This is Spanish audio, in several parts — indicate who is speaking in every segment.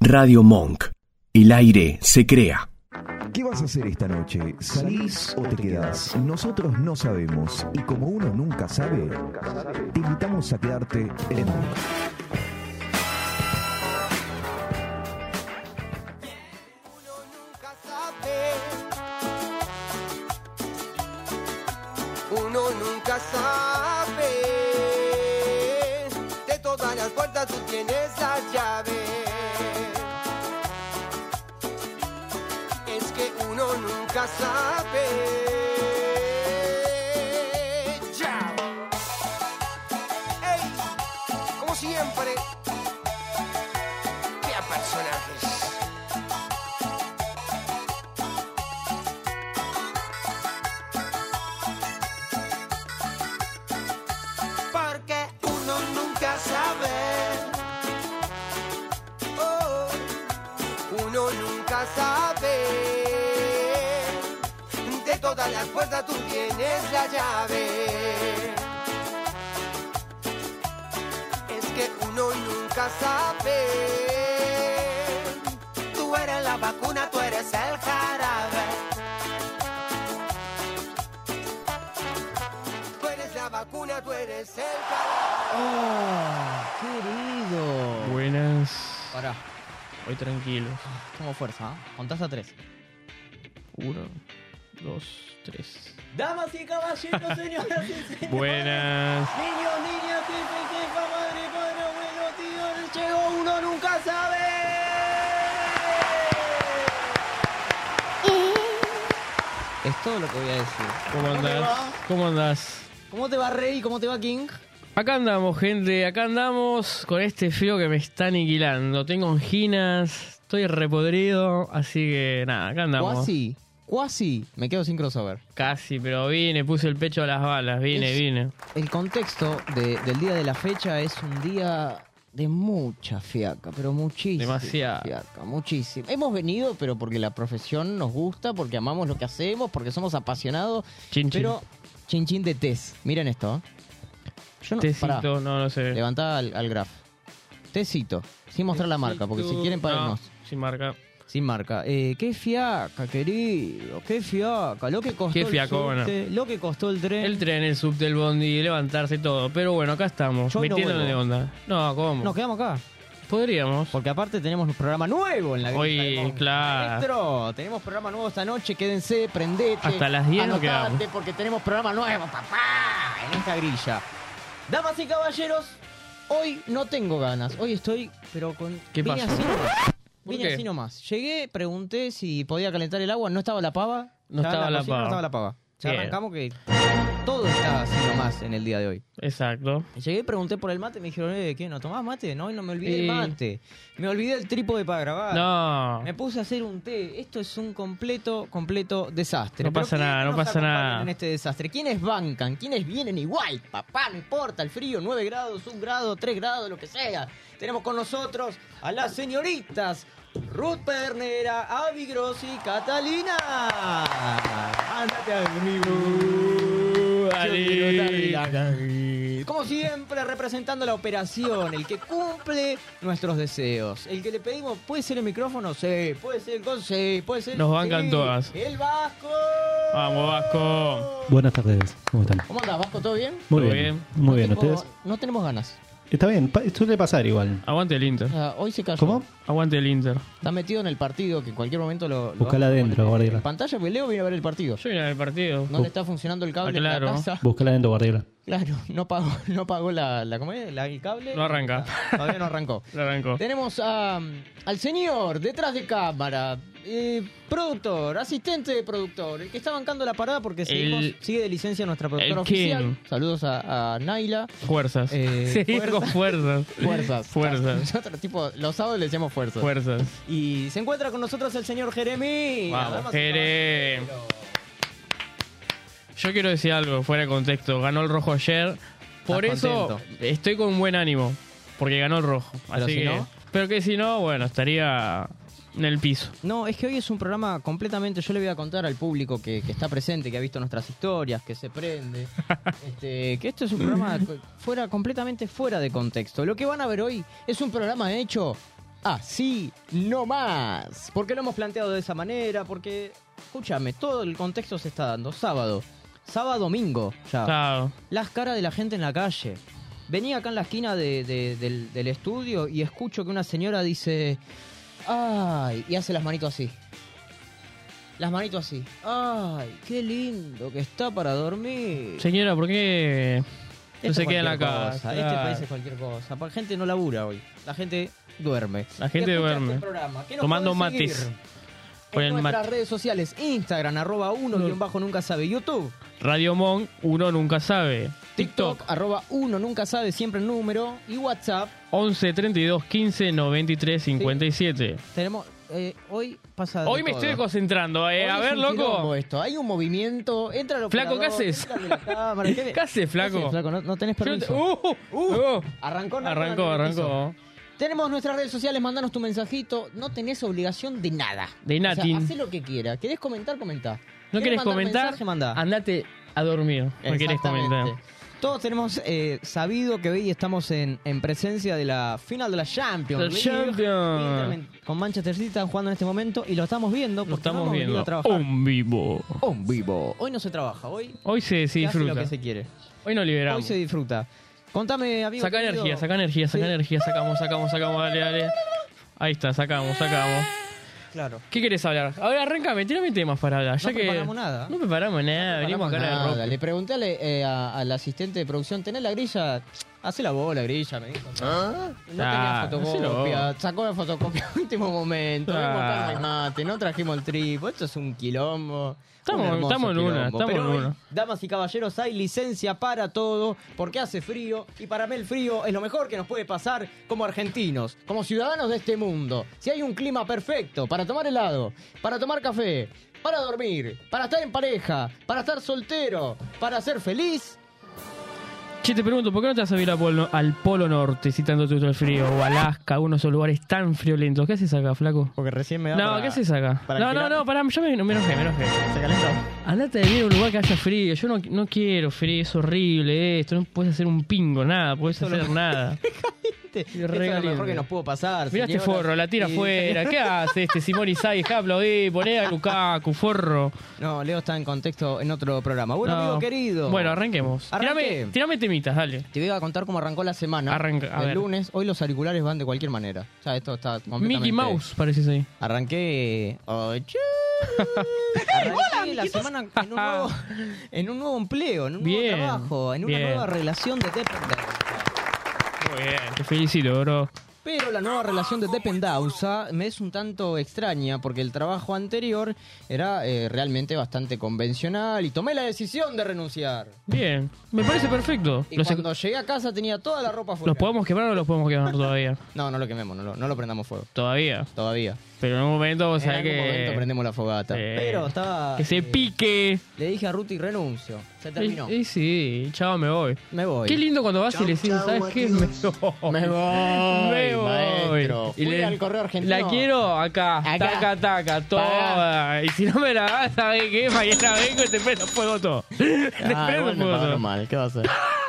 Speaker 1: Radio Monk. El aire se crea.
Speaker 2: ¿Qué vas a hacer esta noche? ¿Salís o te quedás? Nosotros no sabemos y como uno nunca sabe, te invitamos a quedarte en Monk.
Speaker 3: Uno nunca sabe. De todas las puertas tú tienes la llave. Es que uno nunca sabe. Ya. Ey, como siempre. Qué personajes. porque uno nunca sabe. Oh, uno nunca sabe. De todas las puertas tú tienes la llave. Es que uno nunca sabe. Tú eres la vacuna, tú eres el jarabe. Tú eres la vacuna, tú eres el jarabe.
Speaker 4: Querido.
Speaker 5: Buenas.
Speaker 4: Pará,
Speaker 5: Hoy tranquilos.
Speaker 4: como fuerza, ¿ah? Contás a tres.
Speaker 5: Uno, dos, tres.
Speaker 4: Damas y caballeros, señoras y señores.
Speaker 5: Buenas.
Speaker 4: Niños, niñas, jefe, jefa, madre, padre, abuelo, tío, llegó uno nunca sabe. Es todo lo que voy a decir.
Speaker 5: ¿Cómo
Speaker 4: te
Speaker 5: andás?
Speaker 4: va?
Speaker 5: ¿Cómo andás?
Speaker 4: ¿Cómo te va Rey? ¿Cómo te va King?
Speaker 5: Acá andamos, gente. Acá andamos con este frío que me está aniquilando. Tengo anginas, estoy repodrido, así que nada, acá andamos.
Speaker 4: Cuasi, cuasi. Me quedo sin crossover.
Speaker 5: Casi, pero vine, puse el pecho a las balas, vine,
Speaker 4: Es-
Speaker 5: vine.
Speaker 4: El contexto de- del día de la fecha es un día de mucha fiaca, pero muchísima.
Speaker 5: Demasiada.
Speaker 4: Fiaca, muchísima. Hemos venido, pero porque la profesión nos gusta, porque amamos lo que hacemos, porque somos apasionados.
Speaker 5: Chin, chin.
Speaker 4: Pero, chin chin de test. Miren esto. ¿eh? Yo no, pará,
Speaker 5: Tecito, no, no sé.
Speaker 4: levantá al, al graf. Tecito, sin mostrar la marca, porque si quieren,
Speaker 5: para
Speaker 4: páguenos.
Speaker 5: sin marca.
Speaker 4: Sin marca. Eh, qué fiaca, querido. Qué fiaca. Lo que costó
Speaker 5: Qué
Speaker 4: el
Speaker 5: fiacona.
Speaker 4: subte, lo que costó el tren.
Speaker 5: El tren, el subte, el bondi, levantarse todo. Pero bueno, acá estamos,
Speaker 4: Yo hoy no
Speaker 5: metiéndole de
Speaker 4: vuelvo.
Speaker 5: onda. No, ¿cómo?
Speaker 4: Nos quedamos acá.
Speaker 5: Podríamos.
Speaker 4: Porque aparte tenemos un programa nuevo en la
Speaker 5: Hoy,
Speaker 4: grilla de Monk.
Speaker 5: claro.
Speaker 4: Maestro, tenemos programa nuevo esta noche, quédense, prendete.
Speaker 5: Hasta las 10 nos
Speaker 4: anotate,
Speaker 5: quedamos.
Speaker 4: porque tenemos programa nuevo, papá, en esta grilla. Damas y caballeros, hoy no tengo ganas. Hoy estoy, pero con...
Speaker 5: ¿Qué
Speaker 4: vine
Speaker 5: pasó?
Speaker 4: Así nomás.
Speaker 5: ¿Por
Speaker 4: Vine
Speaker 5: qué?
Speaker 4: así nomás. Llegué, pregunté si podía calentar el agua, no estaba la pava.
Speaker 5: No
Speaker 4: Ya en
Speaker 5: estaba la
Speaker 4: cocina
Speaker 5: pava.
Speaker 4: No estaba la pava. Ya
Speaker 5: Bien.
Speaker 4: arrancamos que todo está así nomás en el día de hoy.
Speaker 5: Exacto.
Speaker 4: Llegué, pregunté por el mate, me dijeron, eh, ¿qué? ¿No tomás mate? No, y no me olvidé
Speaker 5: Sí.
Speaker 4: el mate. Me olvidé el trípode para grabar.
Speaker 5: No.
Speaker 4: Ah. Me puse a hacer un té. Esto es un completo, completo desastre.
Speaker 5: No
Speaker 4: Pero
Speaker 5: pasa
Speaker 4: ¿quién
Speaker 5: nada, no
Speaker 4: nos
Speaker 5: pasa nada.
Speaker 4: acompaña En este desastre, ¿quiénes bancan? ¿Quiénes vienen igual? Papá, no importa, el frío, 9 grados, 1 grado, 3 grados, lo que sea. Tenemos con nosotros a las señoritas Ruth Pernera, Avi Grossi y Catalina. Ándate amigo.
Speaker 5: Dale.
Speaker 4: Yo quiero darle la gana. Como siempre, representando la operación, el que cumple nuestros deseos. El que le pedimos, ¿puede ser el micrófono? Sí, puede ser el gol, sí, puede ser.
Speaker 5: Nos bancan
Speaker 4: sí.
Speaker 5: todas.
Speaker 4: ¡El Vasco!
Speaker 5: Vamos, Vasco.
Speaker 6: Buenas tardes, ¿cómo están?
Speaker 4: ¿Cómo andás, Vasco? ¿Todo bien?
Speaker 6: Muy
Speaker 5: ¿Todo
Speaker 6: bien. Muy bien,
Speaker 4: no tengo-
Speaker 6: ¿ustedes?
Speaker 4: No tenemos ganas.
Speaker 6: Está bien, pa- suele pasar igual.
Speaker 5: Aguante el Inter.
Speaker 4: O sea, hoy se cayó.
Speaker 6: ¿Cómo?
Speaker 5: Aguante el Inter.
Speaker 4: Está metido en el partido que en cualquier momento lo. lo vamos a
Speaker 6: Buscala adentro,
Speaker 4: poner En
Speaker 6: guardiola.
Speaker 4: pantalla, porque Leo viene a ver el partido.
Speaker 5: Yo vine al partido.
Speaker 4: No le está funcionando el cable
Speaker 5: Ah,
Speaker 4: en la
Speaker 5: claro.
Speaker 4: casa.
Speaker 6: Búscala dentro, guardiola.
Speaker 4: Claro, no pagó, no pagó la, la, ¿cómo es? La- el cable.
Speaker 5: No arranca.
Speaker 4: Todavía no arrancó.
Speaker 5: Lo arrancó.
Speaker 4: Tenemos a, um, al señor detrás de cámara, eh, productor, asistente de productor, el que está bancando la parada porque seguimos-
Speaker 5: El-
Speaker 4: sigue de licencia nuestra
Speaker 5: el
Speaker 4: productora
Speaker 5: king.
Speaker 4: oficial. Saludos a, a Naila.
Speaker 5: Fuerzas.
Speaker 4: Eh,
Speaker 5: sí, con fuerzas.
Speaker 4: Fuerzas.
Speaker 5: Fuerzas.
Speaker 4: Nosotros, tipo, los sábados le decíamos fuerzas.
Speaker 5: Fuerzas.
Speaker 4: y se encuentra con nosotros el señor Jeremy.
Speaker 5: Vamos,
Speaker 4: Damas y
Speaker 5: Jere.
Speaker 4: caballeros.
Speaker 5: Yo quiero decir algo fuera de contexto. Ganó el rojo ayer. Por
Speaker 4: Estás
Speaker 5: eso
Speaker 4: contento.
Speaker 5: estoy con buen ánimo. Porque ganó el rojo.
Speaker 4: Pero
Speaker 5: Así
Speaker 4: si
Speaker 5: que.
Speaker 4: no.
Speaker 5: Pero que si no, bueno, estaría en el piso.
Speaker 4: No, es que hoy es un programa completamente. Yo le voy a contar al público que, que está presente, que ha visto nuestras historias, que se prende. este, que esto es un programa co- fuera, completamente fuera de contexto. Lo que van a ver hoy es un programa hecho así nomás. ¿Por qué lo hemos planteado de esa manera? Porque, escúchame, todo el contexto se está dando. Sábado, sábado, domingo, ya.
Speaker 5: Claro.
Speaker 4: Las caras de la gente en la calle. Venía acá en la esquina de- de- del, del estudio y escucho que una señora dice, ay, y hace las manitos así. Las manitos así. Ay, qué lindo que está para dormir.
Speaker 5: Señora, ¿por qué
Speaker 4: Esto
Speaker 5: no
Speaker 4: es
Speaker 5: se queda en la
Speaker 4: cualquier
Speaker 5: casa?
Speaker 4: cosa, Este
Speaker 5: Claro.
Speaker 4: país es cualquier cosa. La gente no labura hoy. La gente duerme.
Speaker 5: La gente
Speaker 4: Y escuchaste
Speaker 5: duerme.
Speaker 4: el programa. ¿Qué nos
Speaker 5: Tomando
Speaker 4: podés seguir?
Speaker 5: mates. Con
Speaker 4: En
Speaker 5: el
Speaker 4: nuestras
Speaker 5: mate.
Speaker 4: redes sociales, Instagram, arroba uno,
Speaker 5: No.
Speaker 4: guión bajo nunca sabe, YouTube,
Speaker 5: Radio Monk, uno nunca sabe.
Speaker 4: TikTok,
Speaker 5: TikTok
Speaker 4: arroba uno, nunca sabe, siempre el número, y WhatsApp.
Speaker 5: 11 32 15 93 57.
Speaker 4: Tenemos, eh, hoy pasa de
Speaker 5: Hoy me
Speaker 4: todo.
Speaker 5: estoy concentrando. eh.
Speaker 4: Hoy
Speaker 5: A
Speaker 4: es
Speaker 5: ver,
Speaker 4: un quilombo
Speaker 5: loco.
Speaker 4: Esto. Hay un movimiento, entra el
Speaker 5: Flaco, ¿qué
Speaker 4: operador,
Speaker 5: haces?
Speaker 4: entra la cámara,
Speaker 5: ¿Qué haces, flaco?
Speaker 4: No, no tenés
Speaker 5: Yo
Speaker 4: permiso.
Speaker 5: te- ¡Uh! ¡Uh!
Speaker 4: Arrancó, no,
Speaker 5: Arrancó,
Speaker 4: no, no, no,
Speaker 5: arrancó.
Speaker 4: Tenemos nuestras redes sociales, mandanos tu mensajito. No tenés obligación de nada.
Speaker 5: De
Speaker 4: O sea,
Speaker 5: natin.
Speaker 4: hacé lo que quieras. ¿Querés comentar? Comentá.
Speaker 5: ¿No querés
Speaker 4: mandar
Speaker 5: comentar?
Speaker 4: Mensaje, mandá.
Speaker 5: Andate a dormir. No querés
Speaker 4: Exactamente.
Speaker 5: comentar.
Speaker 4: Todos tenemos eh, sabido que hoy estamos en, en presencia de la final de la Champions.
Speaker 5: La
Speaker 4: League.
Speaker 5: Champions.
Speaker 4: Inter Con Manchester City están jugando en este momento y lo estamos viendo
Speaker 5: Lo
Speaker 4: porque no
Speaker 5: estamos
Speaker 4: hemos venido
Speaker 5: viendo.
Speaker 4: a trabajar.
Speaker 5: Un vivo.
Speaker 4: Un vivo. Hoy no se trabaja, hoy
Speaker 5: Hoy se, se
Speaker 4: se hace lo
Speaker 5: disfruta.
Speaker 4: que se quiere.
Speaker 5: Hoy no
Speaker 4: Hoy
Speaker 5: liberamos.
Speaker 4: se disfruta. Contame, amigo.
Speaker 5: Saca
Speaker 4: querido.
Speaker 5: energía, saca energía, saca
Speaker 4: Sí.
Speaker 5: energía. Sacamos, sacamos, sacamos. Dale, dale. Ahí está, sacamos, sacamos.
Speaker 4: Claro.
Speaker 5: ¿Qué querés hablar? A ver, arrancame, tirame temas para hablar. Ya
Speaker 4: No
Speaker 5: que
Speaker 4: preparamos nada.
Speaker 5: No preparamos nada, venimos acá
Speaker 4: Nada,
Speaker 5: a hablar de rock.
Speaker 4: Le pregunté al, eh, a- al asistente de producción, ¿tenés la grilla? Hace la bola, grilla, me dijo. No
Speaker 5: Ah,
Speaker 4: tenía
Speaker 5: hacelo
Speaker 4: fotocopia, sacó la fotocopia al último momento,
Speaker 5: Ah.
Speaker 4: vimos calma y mate, no trajimos el tripo, esto es un quilombo.
Speaker 5: Estamos-
Speaker 4: un hermoso
Speaker 5: estamos en una,
Speaker 4: quilombo.
Speaker 5: estamos
Speaker 4: Pero
Speaker 5: en
Speaker 4: hoy,
Speaker 5: una.
Speaker 4: Damas y caballeros, hay licencia para todo, porque hace frío, y para mí el frío es lo mejor que nos puede pasar como argentinos, como ciudadanos de este mundo. Si hay un clima perfecto para tomar helado, para tomar café, para dormir, para estar en pareja, para estar soltero, para ser feliz,
Speaker 5: Che, te pregunto, ¿por qué no te vas a ir al polo, al polo norte si tanto te gusta el frío? O Alaska, uno de esos lugares tan friolentos. ¿Qué haces acá, flaco?
Speaker 4: porque recién me da
Speaker 5: No, ¿qué haces acá? No, no, no, pará, yo me, me enojé, me enojé.
Speaker 4: Se calentó.
Speaker 5: Andate de bien a un lugar que haya frío. Yo no, no quiero frío, es horrible esto. No puedes hacer un pingo, nada, puedes hacer nada.
Speaker 4: Te- Esto es lo
Speaker 5: regaliente.
Speaker 4: mejor que nos pudo pasar.
Speaker 5: Mirá este
Speaker 4: señoras.
Speaker 5: forro, la tira
Speaker 4: Y-
Speaker 5: afuera. ¿Qué hace este Simón Isai? Aplaudí, poné a Lukaku, forro.
Speaker 4: No, Leo está en contexto en otro programa. Bueno,
Speaker 5: No.
Speaker 4: amigo querido.
Speaker 5: Bueno, arranquemos.
Speaker 4: Arranque.
Speaker 5: Tirame, tirame temitas, dale.
Speaker 4: Te voy a contar cómo arrancó la semana.
Speaker 5: Arranca, a
Speaker 4: el
Speaker 5: ver.
Speaker 4: lunes. Hoy los auriculares van de cualquier manera. O sea, esto está completamente...
Speaker 5: Mickey Mouse, parece ahí.
Speaker 4: Arranqué. Oye. Arranqué la semana en un, nuevo, en un nuevo empleo, en un
Speaker 5: Bien,
Speaker 4: nuevo trabajo, en una
Speaker 5: bien.
Speaker 4: nueva relación de dependencia.
Speaker 5: Muy bien. Te felicito, bro.
Speaker 4: Pero la nueva relación de Dependausa me es un tanto extraña porque el trabajo anterior era eh, realmente bastante convencional y tomé la decisión de renunciar.
Speaker 5: Bien. Me parece perfecto.
Speaker 4: Y
Speaker 5: Los,
Speaker 4: cuando llegué a casa tenía toda la ropa fuera.
Speaker 5: ¿Los podemos quemar o no los podemos quemar todavía?
Speaker 4: No, no lo quememos, no lo, no lo prendamos fuego.
Speaker 5: Todavía. Todavía. Pero en un momento vos
Speaker 4: en
Speaker 5: sabés
Speaker 4: algún momento
Speaker 5: que.
Speaker 4: prendemos la fogata.
Speaker 5: Eh,
Speaker 4: Pero estaba...
Speaker 5: Que se
Speaker 4: eh,
Speaker 5: pique.
Speaker 4: Le dije a Ruti, renuncio. Se terminó.
Speaker 5: Y, y sí, chao, me voy.
Speaker 4: me voy.
Speaker 5: Qué lindo cuando vas y le decís, ¿sabes qué? Me voy.
Speaker 4: Me voy,
Speaker 5: Me voy.
Speaker 4: maestro.
Speaker 5: Y
Speaker 4: Fui
Speaker 5: le-
Speaker 4: al correo argentino.
Speaker 5: La quiero acá,
Speaker 4: Acá.
Speaker 5: taca, taca, toda. Y si no me la das, ¿sabes qué? Mañana vengo y te prendo fuego todo. Te
Speaker 4: Ah,
Speaker 5: prendo fuego
Speaker 4: igual me
Speaker 5: todo.
Speaker 4: pagaron mal, ¿qué va a hacer?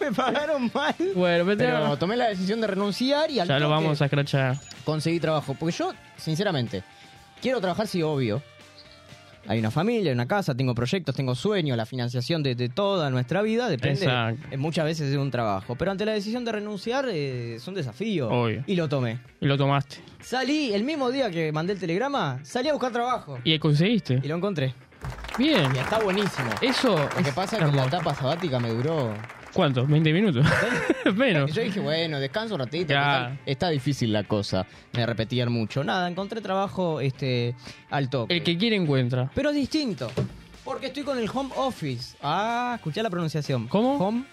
Speaker 4: me pagaron mal.
Speaker 5: Bueno, me
Speaker 4: Pero
Speaker 5: tengo-
Speaker 4: tomé la decisión de renunciar y al
Speaker 5: ya lo
Speaker 4: toque
Speaker 5: vamos a escrachar.
Speaker 4: conseguí trabajo. Porque yo, sinceramente, quiero trabajar, sí, obvio. Hay una familia, hay una casa, tengo proyectos, tengo sueños, la financiación de, de toda nuestra vida depende
Speaker 5: Exacto.
Speaker 4: eh, muchas veces de un trabajo. Pero ante la decisión de renunciar eh, es un desafío.
Speaker 5: Obvio.
Speaker 4: Y lo tomé.
Speaker 5: Y lo tomaste.
Speaker 4: Salí, el mismo día que mandé el telegrama, salí a buscar trabajo.
Speaker 5: Y conseguiste.
Speaker 4: Y lo encontré. Eh,
Speaker 5: Bien.
Speaker 4: Y está buenísimo.
Speaker 5: Eso.
Speaker 4: Lo que
Speaker 5: es
Speaker 4: pasa es que
Speaker 5: hermoso.
Speaker 4: la etapa sabática me duró.
Speaker 5: ¿Cuánto? ¿20 minutos? Menos.
Speaker 4: Yo dije, bueno, descanso un ratito.
Speaker 5: Claro.
Speaker 4: total, Está difícil la cosa. Me repetían mucho. Nada, encontré trabajo este, al toque.
Speaker 5: El que quiere encuentra.
Speaker 4: Pero es distinto. Porque estoy con el home office. Ah, escuché la pronunciación.
Speaker 5: ¿Cómo?
Speaker 4: Home,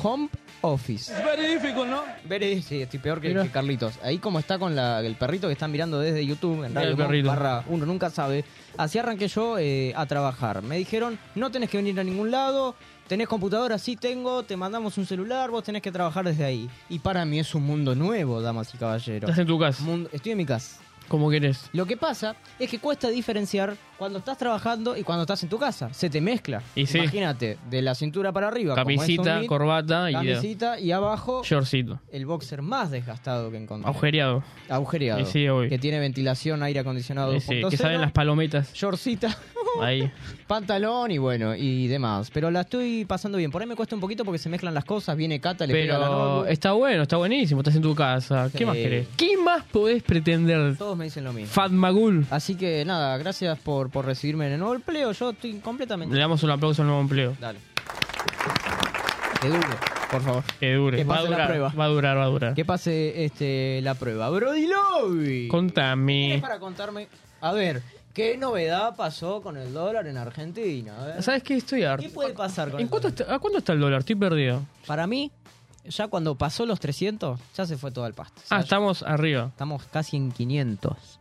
Speaker 4: home office.
Speaker 6: Es very difficult, ¿no?
Speaker 4: Veré, sí, estoy peor que,
Speaker 5: Mirá.
Speaker 4: que Carlitos. Ahí como está con la- el perrito que están mirando desde YouTube, en
Speaker 5: Mirá
Speaker 4: Radio
Speaker 5: el
Speaker 4: Monk
Speaker 5: perrito.
Speaker 4: barra uno nunca sabe. Así arranqué yo eh, a trabajar. Me dijeron, no tenés que venir a ningún lado, tenés computadora, sí tengo, te mandamos un celular, vos tenés que trabajar desde ahí. Y para mí es un mundo nuevo, damas y caballeros.
Speaker 5: Estás en tu casa.
Speaker 4: Mundo- estoy en mi casa.
Speaker 5: como querés.
Speaker 4: Lo que pasa es que cuesta diferenciar cuando estás trabajando y cuando estás en tu casa. Se te mezcla.
Speaker 5: Y sí.
Speaker 4: Imagínate, de la cintura para arriba. como es un
Speaker 5: Camisita,
Speaker 4: mid,
Speaker 5: corbata y eh,
Speaker 4: camisita y abajo
Speaker 5: shortcito.
Speaker 4: el boxer más desgastado que encontré.
Speaker 5: Agujereado.
Speaker 4: Agujereado.
Speaker 5: Y sí, obvio.
Speaker 4: que tiene ventilación, aire acondicionado.
Speaker 5: Eh, sí,
Speaker 4: 2.0,
Speaker 5: que salen las palomitas.
Speaker 4: Shortcita,
Speaker 5: Ahí.
Speaker 4: pantalón y bueno, y demás. Pero la estoy pasando bien. Por ahí me cuesta un poquito porque se mezclan las cosas. Viene Cata, le pega la
Speaker 5: Pero
Speaker 4: Rolo.
Speaker 5: está bueno, está buenísimo. Estás en tu casa.
Speaker 4: Sí.
Speaker 5: ¿Qué más querés? ¿Qué más podés pretender?
Speaker 4: Todos me dicen lo mismo.
Speaker 5: Fat Magul.
Speaker 4: Así que nada, gracias por, por recibirme en el nuevo empleo. Yo estoy completamente.
Speaker 5: Le damos un aplauso al nuevo empleo.
Speaker 4: Dale. Que dure, por favor.
Speaker 5: Que dure.
Speaker 4: Que
Speaker 5: va, a
Speaker 4: pase la
Speaker 5: durar,
Speaker 4: prueba.
Speaker 5: va a durar, va a durar.
Speaker 4: Que pase este, la prueba. Brody Lobby. ¿Tienes
Speaker 5: Contame.
Speaker 4: para contarme? A ver, ¿qué novedad pasó con el dólar en Argentina? A ver.
Speaker 5: ¿Sabes qué? Estoy harto.
Speaker 4: ¿Qué puede pasar con
Speaker 5: ¿En
Speaker 4: el
Speaker 5: cuánto
Speaker 4: dólar?
Speaker 5: está- ¿A cuánto está el dólar? Estoy perdido.
Speaker 4: Para mí, ya cuando pasó los 300, ya se fue todo al pasto. O sea,
Speaker 5: Ah,
Speaker 4: ya
Speaker 5: estamos arriba.
Speaker 4: Estamos casi en 500.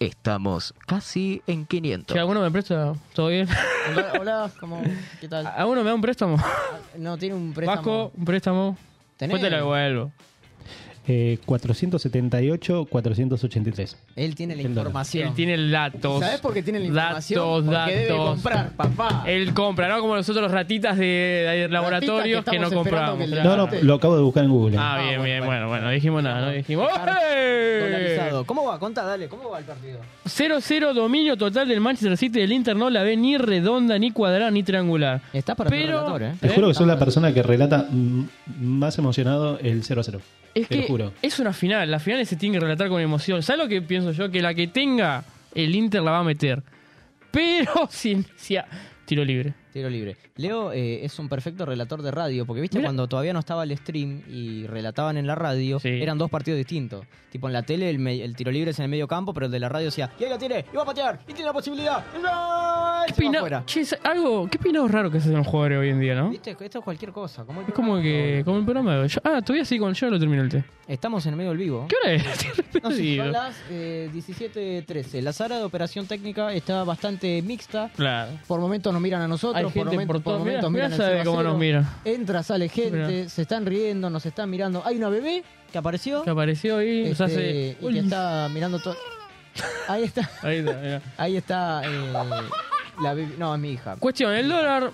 Speaker 4: Estamos casi en 500.
Speaker 5: Che, ¿alguno me presta? ¿Todo bien?
Speaker 4: Hola, hola, ¿cómo? ¿qué tal?
Speaker 5: ¿Alguno me da un préstamo?
Speaker 4: No, tiene un préstamo.
Speaker 5: Ah, Vasco, un préstamo.
Speaker 4: ¿Tenés?
Speaker 5: Después te lo devuelvo.
Speaker 6: Eh, 478, 483.
Speaker 4: Él tiene la
Speaker 6: El dólar.
Speaker 4: información.
Speaker 5: Él tiene el datos.
Speaker 4: ¿Sabes por qué tiene la información?
Speaker 5: Datos,
Speaker 4: Porque debe
Speaker 5: datos.
Speaker 4: comprar, papá.
Speaker 5: Él compra, ¿no? Como nosotros los ratitas de, de laboratorios que,
Speaker 4: estamos
Speaker 5: no
Speaker 4: esperando
Speaker 5: compramos.
Speaker 4: que le-
Speaker 6: No, no, lo acabo de buscar en Google.
Speaker 5: Ah, bien,
Speaker 4: bueno,
Speaker 5: bien,
Speaker 4: bueno.
Speaker 5: bueno, bueno, no dijimos nada, no dijimos. Eh. ¡Ey!
Speaker 4: Dolarizado. ¿Cómo va? Contá, dale, ¿cómo va el partido?
Speaker 5: 0-0 dominio total del Manchester City del Inter no la ve ni redonda, ni cuadrada, ni triangular.
Speaker 4: Está para tu
Speaker 5: Pero
Speaker 4: relator, ¿eh?
Speaker 6: Te juro que sos la persona que relata mm, más emocionado el 0-0.
Speaker 5: es
Speaker 6: Te lo
Speaker 5: que
Speaker 6: juro.
Speaker 5: es una final, las finales se tienen que relatar con emoción. ¿Sabes lo que pienso yo? Que la que tenga el Inter la va a meter. Pero sin si a- tiro libre.
Speaker 4: Tiro libre. Leo eh, es un perfecto relator de radio, porque viste
Speaker 5: Mira.
Speaker 4: cuando todavía no estaba el stream y relataban en la radio,
Speaker 5: Sí.
Speaker 4: eran dos partidos distintos. Tipo en la tele el, me- el tiro libre es en el medio campo, pero el de la radio decía, y ahí lo tiene, y va a patear, y tiene la posibilidad.
Speaker 5: ¿Qué
Speaker 4: ¡Y ¡Gol! Se va
Speaker 5: opina-
Speaker 4: afuera.
Speaker 5: Che, es algo, ¿qué opinado raro que se hacen los jugadores hoy en día, no?
Speaker 4: Viste, esto es cualquier cosa. Como el
Speaker 5: Es como
Speaker 4: programa de
Speaker 5: que,
Speaker 4: hoy.
Speaker 5: como el programa de hoy. Yo- ah, todavía sí, con yo lo termino el té.
Speaker 4: Estamos en el medio del vivo.
Speaker 5: ¿Qué hora es? Estoy
Speaker 4: No, sí,
Speaker 5: perdido.
Speaker 4: son las eh, 17.13. La sala de operación técnica está bastante mixta.
Speaker 5: Claro.
Speaker 4: Por momentos nos miran a nosotros,
Speaker 5: Hay
Speaker 4: por,
Speaker 5: gente
Speaker 4: momen-
Speaker 5: por
Speaker 4: por
Speaker 5: todo. Mirá,
Speaker 4: momentos miran
Speaker 5: mirá
Speaker 4: al
Speaker 5: sabe
Speaker 4: cero a
Speaker 5: cómo
Speaker 4: cero.
Speaker 5: nos mira.
Speaker 4: Entra, sale gente,
Speaker 5: Mirá.
Speaker 4: se están riendo, nos están mirando. Hay una bebé que apareció
Speaker 5: Que apareció ahí, nos
Speaker 4: este,
Speaker 5: hace.
Speaker 4: y que está mirando todo. Ahí está,
Speaker 5: Ahí está, mira.
Speaker 4: ahí está eh, la bebé. No, es mi hija.
Speaker 5: Cuestión, el dólar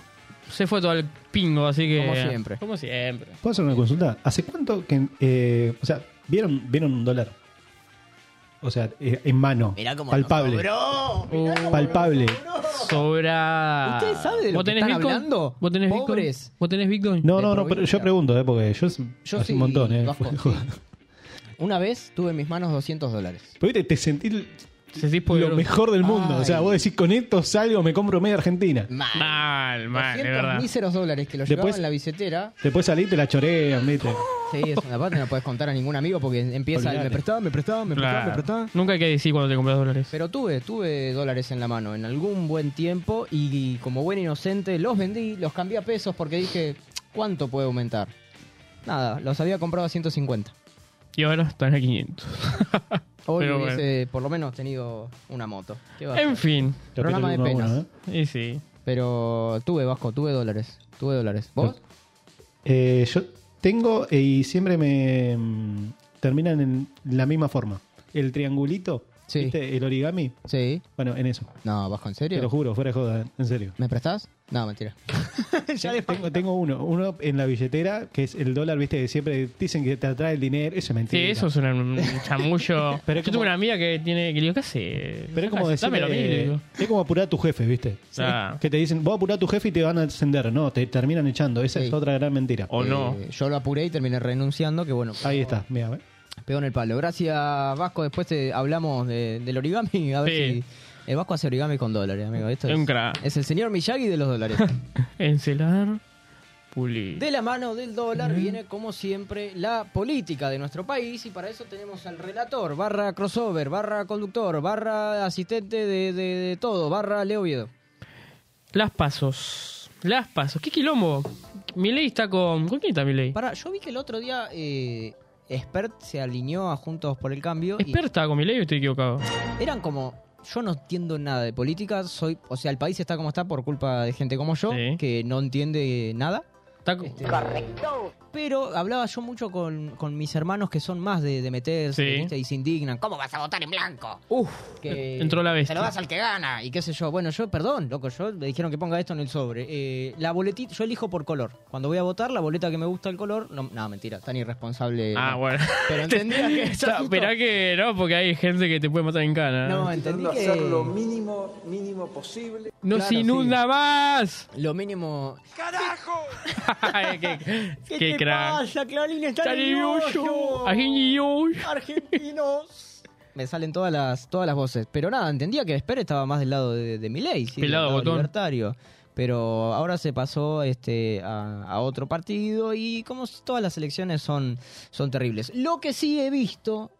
Speaker 5: se fue todo al pingo, así que.
Speaker 4: Como siempre.
Speaker 5: Como siempre.
Speaker 6: ¿Puedo hacer una consulta? ¿Hace cuánto que... eh, o sea, ¿vieron, vieron un dólar? O sea, eh, en mano. palpable. palpable.
Speaker 5: Uh, Sobra.
Speaker 4: Oh, ¿Ustedes saben de lo
Speaker 5: ¿Vos
Speaker 4: que
Speaker 5: tenés
Speaker 4: están
Speaker 5: Bitcoin?
Speaker 4: hablando?
Speaker 5: ¿Vos tenés
Speaker 4: Pobres.
Speaker 5: Bitcoin? ¿Vos tenés Bitcoin?
Speaker 6: No,
Speaker 4: De
Speaker 6: no, no, pero
Speaker 4: provincia.
Speaker 6: yo pregunto, ¿eh? Porque yo, s-
Speaker 4: Yo
Speaker 6: hace
Speaker 4: sí,
Speaker 6: un montón, ¿eh?
Speaker 4: Vasco, sí. Una vez tuve en mis manos 200 dólares.
Speaker 6: Porque te, te sentís l-
Speaker 5: Sentís
Speaker 6: lo
Speaker 5: poderoso.
Speaker 6: mejor del mundo. O sea,
Speaker 4: Ay.
Speaker 6: vos decís, con esto salgo, me compro media Argentina.
Speaker 4: Mal.
Speaker 5: Mal, mal, de
Speaker 4: 200
Speaker 5: verdad.
Speaker 4: míseros dólares que lo
Speaker 6: Después-
Speaker 4: llevaba en la billetera.
Speaker 6: Después salí y te la chorean, ¿viste?
Speaker 4: Sí, es una parte, no puedes contar a ningún amigo porque empieza el
Speaker 6: Olvidate.
Speaker 4: me prestaba, me prestaba, me prestaba, me
Speaker 5: Claro.
Speaker 4: prestaba.
Speaker 5: Nunca hay que decir cuando te compras dólares.
Speaker 4: Pero tuve, tuve dólares en la mano en algún buen tiempo y como buen inocente los vendí, los cambié a pesos porque dije, ¿cuánto puede aumentar? Nada, los había comprado a 150.
Speaker 5: Y ahora están a 500.
Speaker 4: Hoy
Speaker 5: Pero bueno.
Speaker 4: hubiese por lo menos tenido una moto. ¿Qué va a
Speaker 5: En
Speaker 4: hacer?
Speaker 5: fin.
Speaker 4: Programa de
Speaker 6: Capítulo uno a
Speaker 4: penas.
Speaker 6: uno, ¿eh?
Speaker 5: Y sí.
Speaker 4: Pero tuve, Vasco, tuve dólares. Tuve dólares. ¿Vos?
Speaker 6: Eh, yo tengo eh, y siempre me mm, terminan en la misma forma. El triangulito,
Speaker 4: Sí.
Speaker 6: ¿viste? El origami.
Speaker 4: Sí.
Speaker 6: Bueno, en eso.
Speaker 4: No, Vasco, ¿en
Speaker 6: Te lo
Speaker 4: serio?
Speaker 6: juro, fuera de joda, en serio.
Speaker 4: ¿Me prestás? No, mentira. ya le
Speaker 6: Tengo, tengo uno, uno en la billetera, que es el dólar, viste, que siempre dicen que te atrae el dinero, eso es
Speaker 5: Sí,
Speaker 6: mentira.
Speaker 5: eso es un- un chamullo.
Speaker 6: Pero es
Speaker 5: Yo
Speaker 6: como-
Speaker 5: tuve una amiga que tiene que le digo, ¿qué hace?
Speaker 6: Pero es como decir, eh,
Speaker 5: Dame lo mismo.
Speaker 6: es como apurar a tu jefe, viste.
Speaker 5: Ah.
Speaker 6: Que te dicen, vos apurá a tu jefe y te van a ascender. No, te terminan echando, esa
Speaker 4: Sí.
Speaker 6: es otra gran mentira.
Speaker 5: O no.
Speaker 4: Eh, yo lo apuré y terminé renunciando, que bueno,
Speaker 6: Ahí está, mira, ¿eh?
Speaker 4: pegó en el palo. Gracias, Vasco. Después te hablamos de- del origami. A ver
Speaker 5: Sí.
Speaker 4: si. El Vasco hace origami con dólares, amigo. Esto
Speaker 5: Un
Speaker 4: es,
Speaker 5: crack.
Speaker 4: es el señor Miyagi de los dólares.
Speaker 5: Encelar, pulir.
Speaker 4: de la mano del dólar viene, como siempre, la política de nuestro país. Y para eso tenemos al relator, barra crossover, barra conductor, barra asistente de, de- de todo, barra Leo Viedo.
Speaker 5: Las pasos. Las pasos. ¿Qué quilombo? Milei está con. ¿Con quién está Milei?
Speaker 4: Para, yo vi que el otro día. Eh, Expert se alineó a Juntos por el Cambio. y-
Speaker 5: ¿Experta con Milei o estoy equivocado?
Speaker 4: Eran como, yo no entiendo nada de política, soy, o sea, el país está como está por culpa de gente como yo,
Speaker 5: Sí.
Speaker 4: que no entiende nada.
Speaker 5: Está co-
Speaker 4: Correcto. pero hablaba yo mucho con, con mis hermanos que son más de, de meterse
Speaker 5: Sí.
Speaker 4: ¿viste? y se indignan. ¿Cómo vas a votar en blanco?
Speaker 5: Uf,
Speaker 4: que
Speaker 5: eh, entró la
Speaker 4: Se
Speaker 5: bestia.
Speaker 4: lo das al que gana y qué sé yo. Bueno, yo, perdón, loco, yo me dijeron que ponga esto en el sobre. Eh, la boletita, yo elijo por color. Cuando voy a votar, la boleta que me gusta el color. No, no, mentira, tan
Speaker 6: Eh,
Speaker 4: irresponsable.
Speaker 5: Ah,
Speaker 4: no.
Speaker 5: bueno.
Speaker 4: Pero entendía que. yo
Speaker 5: Está-
Speaker 4: justo-
Speaker 5: Esperá que no, porque hay gente que te puede matar en cana. No,
Speaker 4: No, entendí que.
Speaker 7: hacer lo mínimo, mínimo posible.
Speaker 5: se inunda más.
Speaker 4: Lo mínimo.
Speaker 5: Ay, qué, qué, crack.
Speaker 4: pasa, Clarín? Está nervioso.
Speaker 5: Cariñoso. Ajiñoso.
Speaker 4: Argentinos. Me salen todas las, todas las voces. Pero nada, entendía que Esper estaba más del lado de, de Milei, sí, del
Speaker 5: Pelado
Speaker 4: lado
Speaker 5: botón.
Speaker 4: libertario. Pero ahora se pasó este, a, a otro partido y como s- todas las elecciones son, son terribles. Lo que sí he visto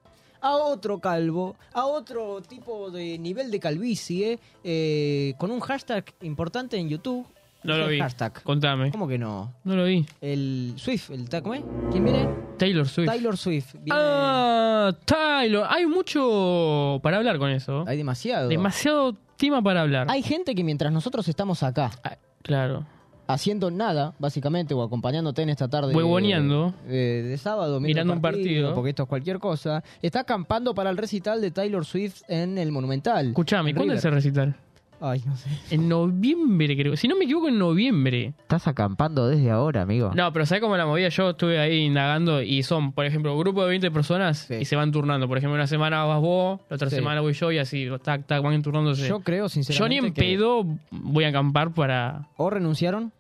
Speaker 4: a otro calvo, a otro tipo de nivel de calvicie, eh, con un hashtag importante en YouTube.
Speaker 5: No
Speaker 4: ¿Qué
Speaker 5: lo vi.
Speaker 4: Hashtag.
Speaker 5: Contame.
Speaker 4: ¿Cómo que no?
Speaker 5: No lo vi.
Speaker 4: El Swift, el, ta- ¿cómo es? ¿Quién viene?
Speaker 5: Taylor Swift.
Speaker 4: Taylor Swift. Viene-
Speaker 5: Ah, Taylor. Hay mucho para hablar con eso.
Speaker 4: Hay demasiado.
Speaker 5: Demasiado tema para hablar.
Speaker 4: Hay gente que mientras nosotros estamos acá,
Speaker 5: Ah, claro.
Speaker 4: haciendo nada, básicamente, o acompañándote en esta tarde.
Speaker 5: Huevoneando.
Speaker 4: eh, de sábado,
Speaker 5: Mirando
Speaker 4: el
Speaker 5: un partido.
Speaker 4: Porque esto es cualquier cosa. Está acampando para el recital de Taylor Swift en el Monumental.
Speaker 5: Escuchame,
Speaker 4: En
Speaker 5: ¿cuándo es el
Speaker 4: River.
Speaker 5: recital?
Speaker 4: Ay, no sé.
Speaker 5: En noviembre, creo. Si no me equivoco, en noviembre.
Speaker 4: Estás acampando desde ahora, amigo.
Speaker 5: No, pero ¿sabes cómo la movida? Yo estuve ahí indagando y son, por ejemplo, un grupo de 20 personas
Speaker 4: Sí.
Speaker 5: y se van turnando. Por ejemplo, una semana vas vos, la otra
Speaker 4: Sí.
Speaker 5: semana voy yo y así, tac, tac, van turnándose.
Speaker 4: Yo
Speaker 5: Yo,
Speaker 4: creo, sinceramente.
Speaker 5: ni en
Speaker 4: que
Speaker 5: pedo voy a acampar para.
Speaker 4: O renunciaron,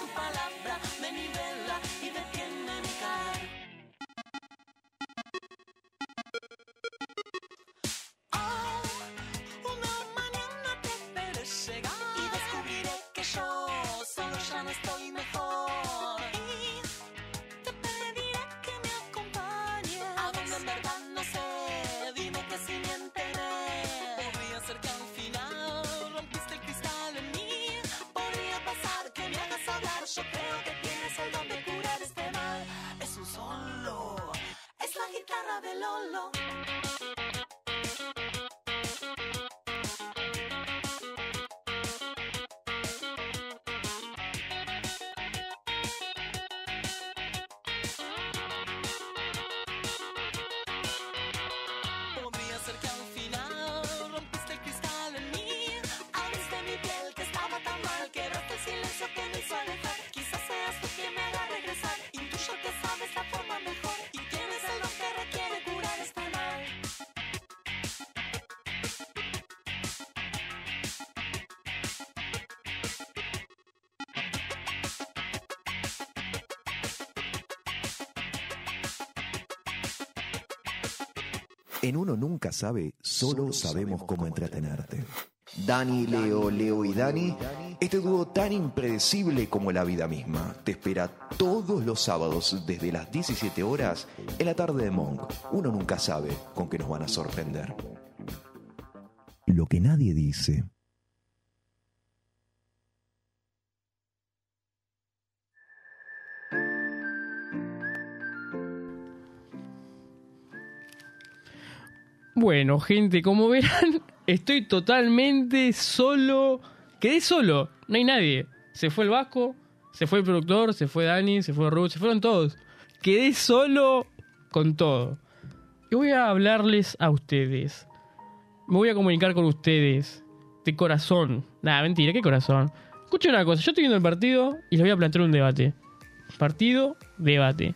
Speaker 8: Tu palabra me nivela y detiene mi caer. Oh, una mañana te veré llegar y descubriré que yo solo ya no estoy mejor. Y te pediré que me acompañes. A donde en verdad no sé, dime que si me enteré. Podría ser que al final rompiste el cristal en mí. Podría pasar que me hagas hablar. Yo creo que tienes el don de curar este mal. este
Speaker 2: En Uno Nunca Sabe, solo sabemos cómo entretenerte. Dani, Leo, Leo y Dani, este dúo tan impredecible como la vida misma, te espera todos los sábados desde las 17 horas en la tarde de Monk. Uno nunca sabe con qué nos van a sorprender. Lo que nadie dice.
Speaker 5: Bueno, gente, como verán, estoy totalmente solo. Quedé solo, no hay nadie. Se fue el Vasco, se fue el productor, se fue Dani, se fue Ruth, se fueron todos. Quedé solo con todo. Y voy a hablarles a ustedes. Me voy a comunicar con ustedes. De corazón. Nada, mentira, qué corazón. Escuchen una cosa, yo estoy viendo el partido y les voy a plantear un debate. Partido, debate.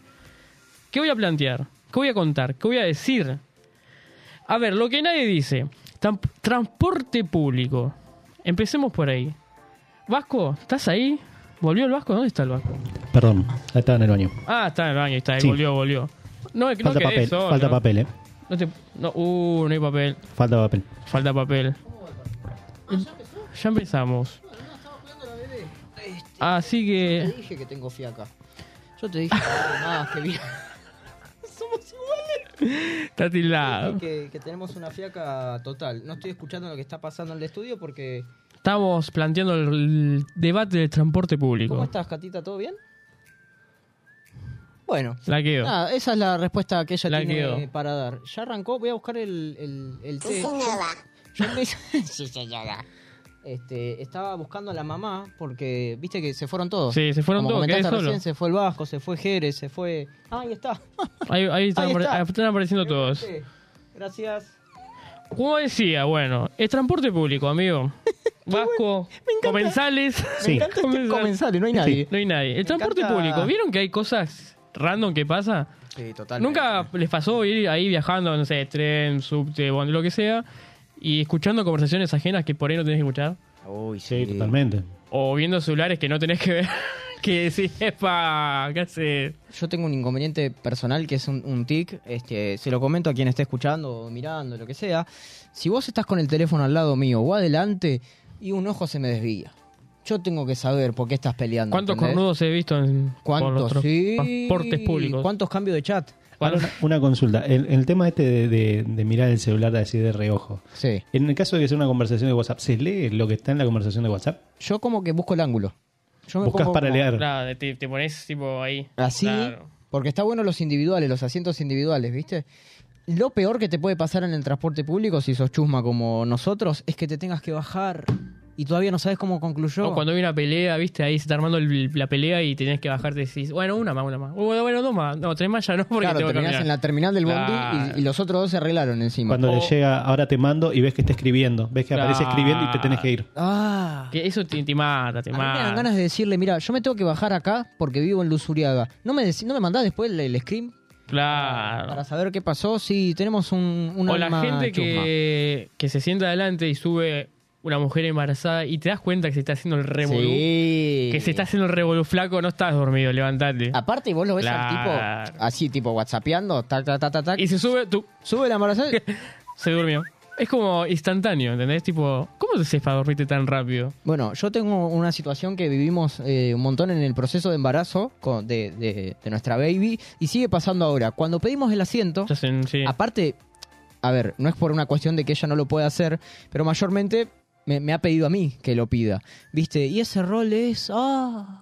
Speaker 5: ¿Qué voy a plantear? ¿Qué voy a contar? ¿Qué voy a decir? A ver, lo que nadie dice. Tran- transporte público. Empecemos por ahí. Vasco, ¿estás ahí? ¿Volvió el Vasco? ¿Dónde está el Vasco?
Speaker 6: Perdón, estaba en el baño.
Speaker 5: Ah, está en el baño, está ahí,
Speaker 6: Sí.
Speaker 5: volvió, volvió. No, es que
Speaker 6: Falta
Speaker 5: no quedé
Speaker 6: papel,
Speaker 5: solo.
Speaker 6: falta papel, eh.
Speaker 5: No te- no, uh, no hay papel.
Speaker 6: Falta papel.
Speaker 5: Falta papel. Ya empezamos. Así
Speaker 4: Yo
Speaker 5: que.
Speaker 4: te dije que tengo fiaca. Yo te dije que tengo más que bien. Somos iguales.
Speaker 5: Está tildado.
Speaker 4: Que, que tenemos una fiaca total. No estoy escuchando lo que está pasando en el estudio porque...
Speaker 5: Estamos planteando el, el debate del transporte
Speaker 4: ¿Cómo
Speaker 5: público.
Speaker 4: estás, Catita? ¿Todo bien? Bueno.
Speaker 5: La quedo.
Speaker 4: Nada, Ah, esa es la respuesta que ella
Speaker 5: La
Speaker 4: tiene
Speaker 5: quedo.
Speaker 4: para dar. Ya arrancó, voy a buscar el, el, el té. Yo me- Sí, señora. Este, estaba buscando a la mamá porque viste que se fueron todos.
Speaker 5: Sí, se fueron
Speaker 4: Como
Speaker 5: todos, quedé
Speaker 4: comentaste
Speaker 5: solo.
Speaker 4: recién, se fue el Vasco, se fue Jerez, se fue. Ah, ahí está.
Speaker 5: Ahí, ahí están,
Speaker 4: Ahí
Speaker 5: apare-
Speaker 4: está.
Speaker 5: están apareciendo todos.
Speaker 4: Gracias.
Speaker 5: Como decía, bueno, es transporte público, amigo. Vasco, comensales.
Speaker 6: Sí.
Speaker 4: encanta este comensales, no hay nadie.
Speaker 5: No hay nadie. El transporte
Speaker 4: encanta-
Speaker 5: público. ¿Vieron que hay cosas random que pasa?
Speaker 4: Sí, total.
Speaker 5: ¿Nunca les pasó ir ahí viajando, no sé, tren, subte, bondi, lo que sea, y escuchando conversaciones ajenas que por ahí no tenés que escuchar?
Speaker 4: Uy,
Speaker 6: Sí, totalmente.
Speaker 5: O viendo celulares que no tenés que ver. que decís, epa, ¿qué haces?
Speaker 4: Yo tengo un inconveniente personal que es un, un tic. Este, se lo comento a quien esté escuchando o mirando, lo que sea. Si vos estás con el teléfono al lado mío o adelante y un ojo se me desvía, yo tengo que saber por qué estás peleando.
Speaker 5: ¿Cuántos
Speaker 4: ¿entendés?
Speaker 5: cornudos he visto en por los
Speaker 4: ¿Cuántos?
Speaker 5: tro-
Speaker 4: Sí.
Speaker 5: transportes públicos?
Speaker 4: ¿Cuántos cambios de chat?
Speaker 6: Ahora una, una consulta. El, el tema este de, de- de mirar el celular así de reojo.
Speaker 4: Sí.
Speaker 6: En el caso de que sea una conversación de WhatsApp, ¿se lee lo que está en la conversación de WhatsApp?
Speaker 4: Yo como que busco el ángulo. Yo me
Speaker 6: Buscas
Speaker 4: pongo
Speaker 6: para
Speaker 4: como
Speaker 6: leer.
Speaker 5: Claro, te, te pones tipo ahí.
Speaker 4: Así,
Speaker 5: Claro.
Speaker 4: porque está bueno los individuales, los asientos individuales, ¿viste? Lo peor que te puede pasar en el transporte público, si sos chusma como nosotros, es que te tengas que bajar y todavía no sabes cómo concluyó.
Speaker 5: O cuando hay una pelea, viste, ahí se está armando el- la pelea y tenés que bajarte y decís, bueno, una más, una más. Bueno, bueno, dos más. No, tres más ya no, porque
Speaker 4: claro,
Speaker 5: tengo que
Speaker 4: terminás
Speaker 5: caminar.
Speaker 4: en la terminal del bondi
Speaker 5: Claro.
Speaker 4: y, y los otros dos se arreglaron encima.
Speaker 6: Cuando
Speaker 5: O-
Speaker 6: le llega, ahora te mando y ves que está escribiendo. Ves que aparece
Speaker 5: Claro.
Speaker 6: escribiendo y te tenés que ir.
Speaker 4: Ah.
Speaker 5: Que eso te, te mata, te
Speaker 4: A mí me dan
Speaker 5: mata.
Speaker 4: ganas de decirle, mira, yo me tengo que bajar acá porque vivo en Luzuriaga. ¿No me, decí- no me mandás después el, el scream
Speaker 5: Claro.
Speaker 4: para saber qué pasó? Si tenemos un, un
Speaker 5: O la
Speaker 4: alma
Speaker 5: gente
Speaker 4: chusma.
Speaker 5: que, que se sienta adelante y sube una mujer embarazada y te das cuenta que se está haciendo el revolú.
Speaker 4: Sí.
Speaker 5: Que se está haciendo el revolú flaco, no estás dormido, levantate.
Speaker 4: Aparte, vos lo ves al
Speaker 5: ¿Eh? Claro.
Speaker 4: tipo así, tipo whatsappeando, tac, tac, tac, tac, tac.
Speaker 5: Y se sube, tú,
Speaker 4: Sube la embarazada.
Speaker 5: se durmió. Es como instantáneo, ¿entendés? Tipo, ¿cómo te haces para dormirte tan rápido?
Speaker 4: bueno, yo tengo una situación que vivimos eh, un montón en el proceso de embarazo con- de, de- de nuestra baby y sigue pasando ahora. Cuando pedimos el asiento,
Speaker 5: Estás en- sí.
Speaker 4: aparte, a ver, no es por una cuestión de que ella no lo pueda hacer, pero mayormente me, me ha pedido a mí que lo pida. ¿Viste? Y ese rol es. ah.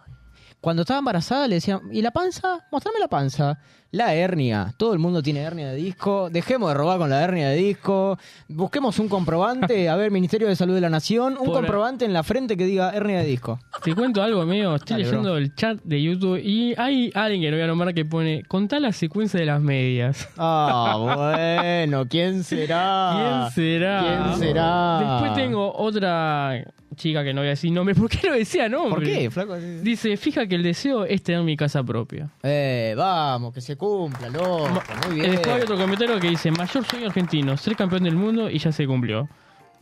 Speaker 4: Cuando estaba embarazada le decían, ¿y la panza? Mostrame la panza. La hernia. Todo el mundo tiene hernia de disco. Dejemos de robar con la hernia de disco. Busquemos un comprobante. A ver, Ministerio de Salud de la Nación. Un
Speaker 5: Pobre.
Speaker 4: comprobante en la frente que diga hernia de disco.
Speaker 5: Te cuento algo, amigo. Estoy
Speaker 4: Dale, bro.
Speaker 5: leyendo el chat de YouTube y hay alguien que no voy a nombrar que pone: Contá la secuencia de las medias.
Speaker 4: Ah, bueno. ¿Quién será?
Speaker 5: ¿Quién será?
Speaker 4: Ah, ¿Quién será?
Speaker 5: Después tengo otra chica que no voy a decir nombre. ¿Por qué no decía nombre?
Speaker 4: ¿Por qué, flaco?
Speaker 5: Dice: Fija que el deseo es tener mi casa propia.
Speaker 4: Eh, vamos, que se cumpla, loco. Muy
Speaker 5: Y
Speaker 4: bien.
Speaker 5: Después hay otro comentario que dice: Mayor sueño argentino, ser campeón del mundo y ya se cumplió.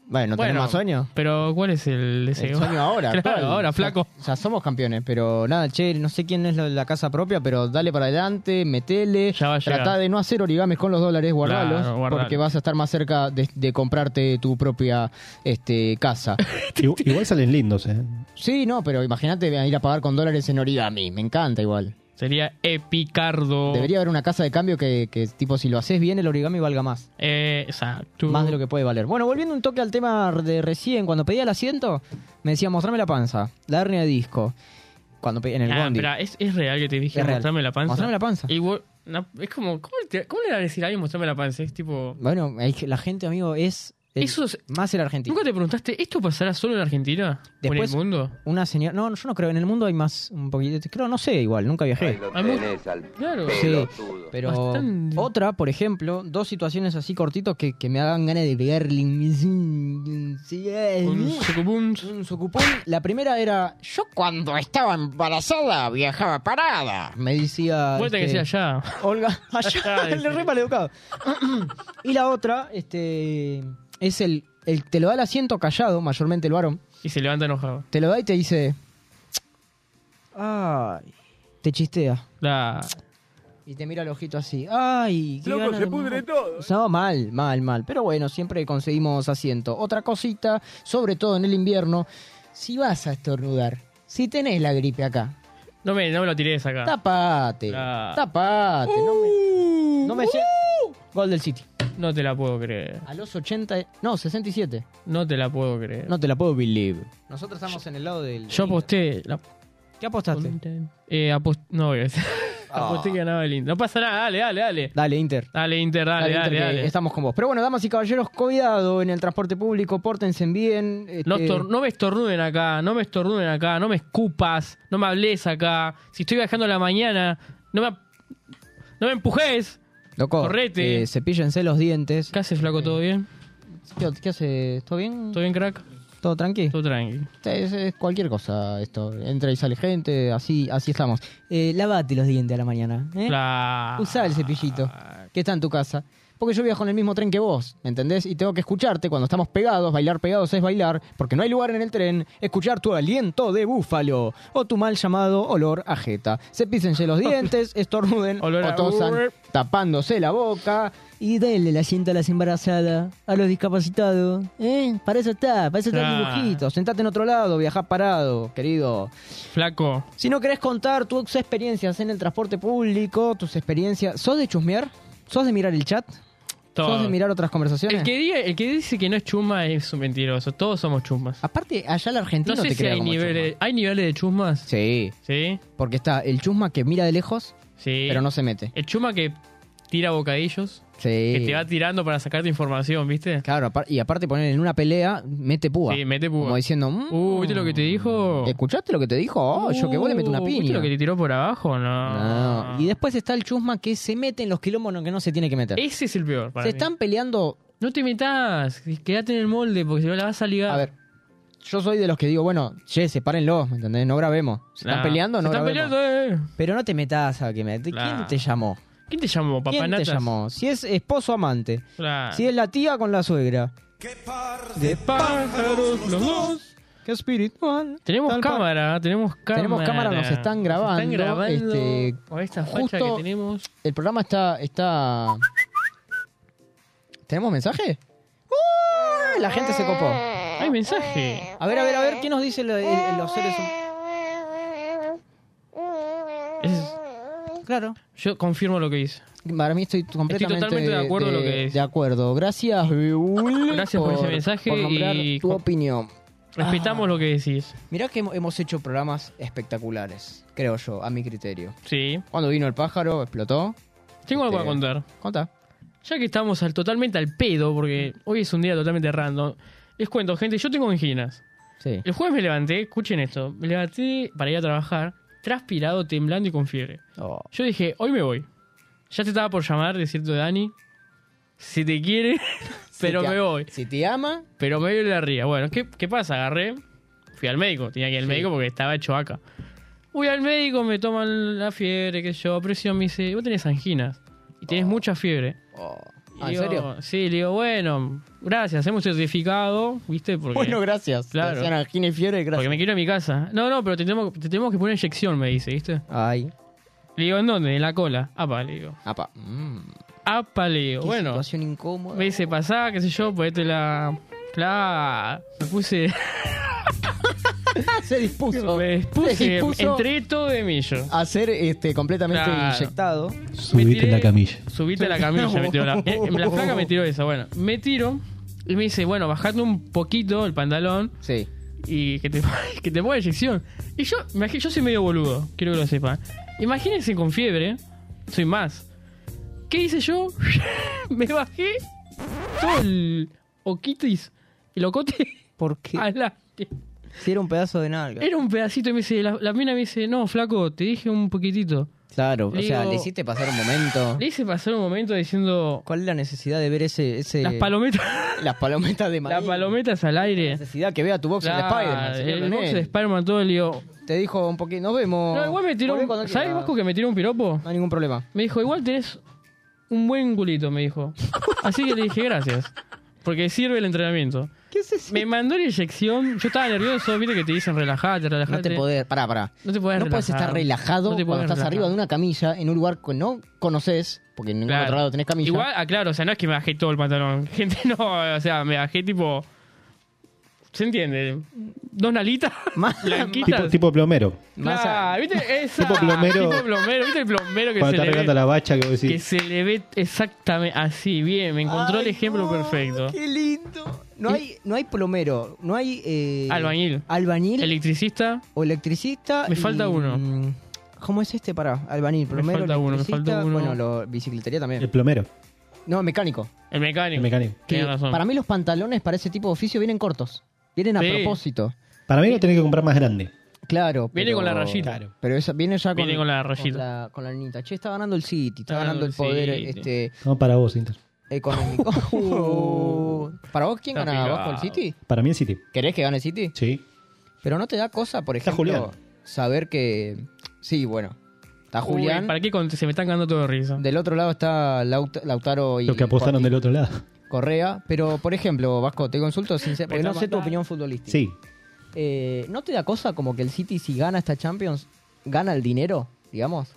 Speaker 4: Bueno, ¿no tenés más sueño?
Speaker 5: Pero, ¿cuál es el
Speaker 4: El
Speaker 5: deseo?
Speaker 4: sueño ahora.
Speaker 5: Claro,
Speaker 4: actual.
Speaker 5: ahora, flaco.
Speaker 4: O sea, somos campeones, pero nada, che, no sé quién es la, la casa propia, pero dale para adelante, metele.
Speaker 5: Ya va a llegar.
Speaker 4: Tratá de no hacer origames con los dólares, guardalos,
Speaker 5: Claro, guardalo.
Speaker 4: porque vas a estar más cerca de, de comprarte tu propia este, casa.
Speaker 6: Igual, igual salen lindos, ¿eh?
Speaker 4: sí, no, pero imagínate ir a pagar con dólares en origami. Me encanta igual.
Speaker 5: Sería epicardo.
Speaker 4: Debería haber una casa de cambio que, que, tipo, si lo haces bien, el origami valga más.
Speaker 5: Eh, exacto.
Speaker 4: Más de lo que puede valer. Bueno, volviendo un toque al tema de recién, cuando pedía el asiento, me decía, mostrame la panza, la hernia de disco. Cuando pedí en el
Speaker 5: Ah,
Speaker 4: bondi.
Speaker 5: pero es, es real que te dije
Speaker 4: Es real.
Speaker 5: mostrame la panza.
Speaker 4: Mostrame la panza.
Speaker 5: Y vos- na- es como, ¿cómo, te- cómo le va a decir a alguien mostrame la panza? Es tipo.
Speaker 4: Bueno, hay que- la gente, amigo, es, el-
Speaker 5: Eso es-
Speaker 4: más el argentino.
Speaker 5: ¿Nunca te preguntaste, ¿esto pasará solo en Argentina?
Speaker 4: Después-
Speaker 5: ¿O en el mundo?
Speaker 4: Una señora... No, yo no creo. En el mundo hay más un poquito... Creo, no sé, igual. Nunca viajé.
Speaker 5: Hay mu- Claro.
Speaker 4: Sí, pero
Speaker 5: Bastante.
Speaker 4: otra, por ejemplo, dos situaciones así cortitos que, que me hagan ganas de pegarle un-
Speaker 5: Un sucubunt.
Speaker 4: Un socupón. La primera era, yo cuando estaba embarazada viajaba parada. Me decía...
Speaker 5: Vuelta que
Speaker 4: este,
Speaker 5: sea allá.
Speaker 4: Olga, allá,
Speaker 5: Allá,
Speaker 4: le
Speaker 5: dice.
Speaker 4: re maleducado. y la otra, este, es el, el- te lo da el asiento callado, mayormente el varón.
Speaker 5: Y se levanta enojado.
Speaker 4: Te lo da y te dice, ay, te chistea.
Speaker 5: La...
Speaker 4: Y te mira el ojito así, ay, qué
Speaker 3: Loco,
Speaker 4: ganas
Speaker 3: se
Speaker 4: de-
Speaker 3: pudre todo, eh.
Speaker 4: No, mal, mal, mal. Pero bueno, siempre conseguimos asiento. Otra cosita, sobre todo en el invierno, si vas a estornudar, si tenés la gripe acá,
Speaker 5: No me, no me lo tires acá.
Speaker 4: tapate,
Speaker 5: Ah.
Speaker 4: tapate. no
Speaker 3: Uh,
Speaker 4: me, no me lle- Gol del City.
Speaker 5: No te la puedo creer.
Speaker 4: A los 80, no, 67.
Speaker 5: No te la puedo creer.
Speaker 4: No te la puedo believe. Nosotros estamos en el lado del.
Speaker 5: Yo aposté. La...
Speaker 4: ¿Qué apostaste?
Speaker 5: Eh, apost- No, voy a decir. aposté que ganaba el Inter. No pasa nada, dale, dale, dale.
Speaker 4: Dale, Inter.
Speaker 5: Dale, Inter, dale,
Speaker 4: Dale,
Speaker 5: dale,
Speaker 4: Inter, que
Speaker 5: dale.
Speaker 4: Estamos con vos. Pero bueno, damas y caballeros, cuidado en el transporte público, pórtense bien. este,
Speaker 5: No, estor- no me estornuden acá, no me estornuden acá, no me escupas, no me hables acá. Si estoy viajando a la mañana, no me, ap- no me empujes.
Speaker 4: Loco,
Speaker 5: correte.
Speaker 4: eh, cepíllense los dientes.
Speaker 5: ¿Qué haces, flaco? ¿Todo bien?
Speaker 4: ¿Qué, qué hace? ¿Todo bien?
Speaker 5: ¿Todo bien, crack?
Speaker 4: ¿Todo tranquilo?
Speaker 5: Todo tranqui.
Speaker 4: Es, es cualquier cosa esto. Entra y sale gente, así, así estamos. Eh, lavate los dientes a la mañana. ¿eh?
Speaker 5: La...
Speaker 4: Usá el cepillito que está en tu casa. Porque yo viajo en el mismo tren que vos, ¿me entendés? Y tengo que escucharte cuando estamos pegados. Bailar pegados es bailar, porque no hay lugar en el tren. Escuchar tu aliento de búfalo o tu mal llamado olor a jeta. Cepícense los dientes, estornuden
Speaker 5: Olor a-
Speaker 4: o tosan, tapándose la boca. Y denle la asiento a las embarazadas, a los discapacitados. ¿Eh? Para eso está, para eso está
Speaker 5: Ah.
Speaker 4: el dibujito. Sentate en otro lado, viajá parado, querido.
Speaker 5: Flaco.
Speaker 4: Si no querés contar tus experiencias en el transporte público, tus experiencias. ¿Sos de chusmear? ¿Sos de mirar el chat? ¿Sos
Speaker 5: Todo.
Speaker 4: de mirar otras conversaciones?
Speaker 5: El que, diga- el que dice que no es chuma es un mentiroso. Todos somos chumas.
Speaker 4: Aparte, allá el argentino
Speaker 5: No sé
Speaker 4: te
Speaker 5: si
Speaker 4: crea
Speaker 5: hay
Speaker 4: como
Speaker 5: niveles, ¿hay niveles de
Speaker 4: chusma.
Speaker 5: chusmas.
Speaker 4: Sí,
Speaker 5: Sí.
Speaker 4: porque está el chusma que mira de lejos,
Speaker 5: Sí.
Speaker 4: pero no se mete.
Speaker 5: El chuma que tira bocadillos, que
Speaker 4: Sí.
Speaker 5: te va tirando para sacarte información, ¿viste?
Speaker 4: Claro, apar- y aparte poner en una pelea, mete púa.
Speaker 5: Sí, mete púa.
Speaker 4: Como diciendo, "Mm,
Speaker 5: Uh, ¿viste lo que te dijo?
Speaker 4: ¿escuchaste lo que te dijo? Oh, yo que vos le meto una
Speaker 5: Uh,
Speaker 4: piña.
Speaker 5: ¿Viste lo que te tiró por abajo? No.
Speaker 4: No. Y después está el chusma que se mete en los quilombos en los que no se tiene que meter.
Speaker 5: Ese es el peor. para
Speaker 4: se
Speaker 5: mí.
Speaker 4: están peleando
Speaker 5: No te metas, quédate en el molde porque si no la vas a ligar.
Speaker 4: A ver, yo soy de los que digo, bueno, che, sepárenlos, ¿me entendés? No grabemos. Se están
Speaker 5: Nah.
Speaker 4: peleando, no
Speaker 5: Se están
Speaker 4: grabemos.
Speaker 5: peleando, eh.
Speaker 4: Pero no te metas a que me... ¿Quién
Speaker 5: Nah.
Speaker 4: te llamó?
Speaker 5: ¿Quién te llamó, papá
Speaker 4: ¿Quién te
Speaker 5: Natas?
Speaker 4: llamó? Si es esposo amante,
Speaker 5: Nah.
Speaker 4: si es la tía con la suegra.
Speaker 5: De pájaros los dos.
Speaker 4: Qué espiritual.
Speaker 5: Tenemos
Speaker 4: Tal pa-
Speaker 5: cámara, tenemos cámara.
Speaker 4: Tenemos cámara, nos están grabando, este,
Speaker 5: Con esta facha
Speaker 4: justo-
Speaker 5: que tenemos.
Speaker 4: El programa está... está... ¿Tenemos mensaje? ¡Uh! La gente se copó.
Speaker 5: Hay mensaje.
Speaker 4: A ver, a ver, a ver, ¿qué nos dicen lo- el- los seres humanos?
Speaker 5: Es-
Speaker 4: Claro.
Speaker 5: yo confirmo lo que dice.
Speaker 4: Para mí estoy completamente
Speaker 5: totalmente de acuerdo lo que es.
Speaker 4: de acuerdo. Gracias, Beul.
Speaker 5: Gracias por ese mensaje
Speaker 4: por nombrar
Speaker 5: y-
Speaker 4: tu opinión. Ah.
Speaker 5: Respetamos lo que decís.
Speaker 4: Mirá que hemo- hemos hecho programas espectaculares, creo yo, a mi criterio.
Speaker 5: Sí.
Speaker 4: Cuando vino el pájaro, explotó.
Speaker 5: Tengo algo
Speaker 4: Este-
Speaker 5: para contar.
Speaker 4: Contá.
Speaker 5: Ya que estamos al, totalmente al pedo, porque hoy es un día totalmente random, les cuento, gente, yo tengo anginas.
Speaker 4: Sí.
Speaker 5: El jueves me levanté, escuchen esto, me levanté para ir a trabajar, transpirado, temblando y con fiebre.
Speaker 4: Oh.
Speaker 5: Yo dije, hoy me voy. Ya te estaba por llamar, decirte, Dani, si te quiere, pero
Speaker 4: Si te-
Speaker 5: me voy.
Speaker 4: Si te ama,
Speaker 5: Pero me dio la ría. Bueno, ¿qué, qué pasa? Agarré, fui al médico, tenía que ir al médico porque estaba hecho acá. Fui al médico, me toman la fiebre, qué sé yo, presión, me dice, vos tenés anginas y tenés mucha fiebre. Y
Speaker 4: Ah, ¿en
Speaker 5: digo,
Speaker 4: serio?
Speaker 5: Sí, le digo, bueno, gracias, hemos certificado, ¿viste? Porque,
Speaker 4: Bueno, gracias.
Speaker 5: Claro.
Speaker 4: Decían a Gine Fiore,
Speaker 5: porque me
Speaker 4: gracias.
Speaker 5: quiero ir a mi casa. No, no, pero te tenemos, te tenemos que poner inyección, me dice, ¿viste?
Speaker 4: Ay,
Speaker 5: Le digo, ¿en dónde? En la cola. Apa, le digo.
Speaker 4: apa. Mm,
Speaker 5: Apa, le digo.
Speaker 4: qué
Speaker 5: Bueno,
Speaker 4: situación incómoda.
Speaker 5: me dice, pasá, qué sé yo, ponete la... Claro, me puse,
Speaker 4: Ah, Se dispuso.
Speaker 5: me
Speaker 4: Se
Speaker 5: dispuse,
Speaker 4: dispuso
Speaker 5: entré todo de millo.
Speaker 4: a ser este, completamente
Speaker 5: Claro.
Speaker 4: inyectado.
Speaker 5: Me
Speaker 6: Subite
Speaker 5: tiré-
Speaker 6: en la camilla.
Speaker 5: Subite a la camilla, me tiró la, eh, la flaca me tiró esa, bueno. Me tiro y me dice, bueno, bajate un poquito el pantalón
Speaker 4: Sí.
Speaker 5: y que te, que te ponga inyección. Y yo, imagi- yo soy medio boludo, quiero que lo sepan. Imagínense con fiebre, soy más. ¿Qué hice yo? me bajé todo el oquitis, el ocote,
Speaker 4: ¿Por qué?
Speaker 5: Ah. adelante.
Speaker 4: Si era un pedazo de nalga.
Speaker 5: Era un pedacito y me dice, la, la mina me dice, no, flaco, te dije un poquitito.
Speaker 4: Claro, o
Speaker 5: Digo- eh.
Speaker 4: sea, le hiciste pasar un momento.
Speaker 5: Le hice pasar un momento diciendo,
Speaker 4: ¿Cuál es la necesidad de ver ese. ese
Speaker 5: las palometas...
Speaker 4: las palometas de
Speaker 5: Las
Speaker 4: maíz?
Speaker 5: palometas al aire.
Speaker 4: La necesidad que vea tu box
Speaker 5: Claro,
Speaker 4: de Spider-Man.
Speaker 5: el
Speaker 4: señor
Speaker 5: box de
Speaker 4: Leonel.
Speaker 5: Spider-Man todo el lío.
Speaker 4: Te dijo un poquito. Nos vemos.
Speaker 5: No, igual me tiró
Speaker 4: Volvé cuando
Speaker 5: un... ¿Sabes,
Speaker 4: quieras.
Speaker 5: Vasco, que me tiró un piropo?
Speaker 4: No hay ningún problema.
Speaker 5: Me dijo, igual tenés un buen culito, me dijo. Así que le dije, gracias. Porque sirve el entrenamiento.
Speaker 4: ¿Qué es eso?
Speaker 5: Me mandó la inyección. Yo estaba nervioso, viste que te dicen relajate, relajate.
Speaker 4: No te podés. Pará, pará.
Speaker 5: No te podés
Speaker 4: No puedes
Speaker 5: relajar.
Speaker 4: estar relajado
Speaker 5: No te
Speaker 4: cuando
Speaker 5: podés
Speaker 4: estás
Speaker 5: relajar.
Speaker 4: arriba de una camilla en un lugar que no conoces, porque en ningún
Speaker 5: Claro.
Speaker 4: otro lado tenés camilla.
Speaker 5: Igual, aclaro, o sea, no es que me bajé todo el pantalón. Gente, no, o sea, me bajé tipo... ¿Se entiende? Dos nalitas
Speaker 4: Más-
Speaker 6: Tipo,
Speaker 5: blanquitas.
Speaker 6: tipo plomero.
Speaker 4: Más a-
Speaker 5: Claro, ¿viste? Esa,
Speaker 6: Tipo plomero.
Speaker 5: tipo plomero, ¿viste el plomero que se
Speaker 6: Cuando está
Speaker 5: le
Speaker 6: regando
Speaker 5: ve?
Speaker 6: la bacha, que vos
Speaker 5: Que
Speaker 6: decís.
Speaker 5: se le ve exactamente así, bien, me encontró el
Speaker 4: Ay,
Speaker 5: ejemplo
Speaker 4: no,
Speaker 5: perfecto.
Speaker 4: Qué lindo. No
Speaker 5: Y-
Speaker 4: hay, no hay plomero, no hay. eh,
Speaker 5: Albañil.
Speaker 4: Albañil
Speaker 5: Electricista,
Speaker 4: o electricista.
Speaker 5: Me falta uno.
Speaker 4: mm, ¿Cómo es este? Pará, albañil, plomero.
Speaker 5: falta uno, me
Speaker 4: electricista,
Speaker 5: falta uno.
Speaker 4: Bueno, lo, bicicletería también.
Speaker 6: El plomero.
Speaker 4: No, mecánico.
Speaker 5: el mecánico.
Speaker 6: El mecánico.
Speaker 5: Tiene
Speaker 4: Que
Speaker 5: razón.
Speaker 4: Para mí los pantalones para ese tipo de oficio vienen cortos. Vienen a
Speaker 5: Sí.
Speaker 4: propósito.
Speaker 6: Para mí lo tenés que comprar más grande.
Speaker 4: Claro.
Speaker 5: Viene
Speaker 4: pero-
Speaker 5: con la rayita.
Speaker 6: Claro.
Speaker 4: Pero esa viene ya con,
Speaker 5: Viene con la rayita.
Speaker 4: Con la, con la linita. Che, está ganando el City,
Speaker 5: Está
Speaker 4: está ganando el
Speaker 5: ganando el
Speaker 4: poder
Speaker 5: City.
Speaker 4: este,
Speaker 6: No para vos, Inter.
Speaker 4: económico. Uh. ¿Para vos quién
Speaker 5: Está
Speaker 4: gana? ¿Vas
Speaker 5: picado.
Speaker 4: el City?
Speaker 6: Para mí el City.
Speaker 4: ¿Querés que gane el City?
Speaker 6: Sí.
Speaker 4: Pero no te da cosa, por
Speaker 6: Está
Speaker 4: ejemplo,
Speaker 6: Julián.
Speaker 4: saber que. Sí, bueno. Está
Speaker 5: Uy,
Speaker 4: Julián.
Speaker 5: ¿Para qué cont- se me están cagando todo de risa?
Speaker 4: Del otro lado está Laut- Lautaro y.
Speaker 6: Los que apostaron
Speaker 4: Joaquín
Speaker 6: del otro lado.
Speaker 4: Correa. Pero, por ejemplo, Vasco, te consulto sincer-
Speaker 5: Me
Speaker 4: porque no
Speaker 5: está
Speaker 4: sé tu
Speaker 5: matando.
Speaker 4: opinión futbolística.
Speaker 6: Sí.
Speaker 4: Eh, ¿No te da cosa como que el City, si gana esta Champions, gana el dinero, digamos?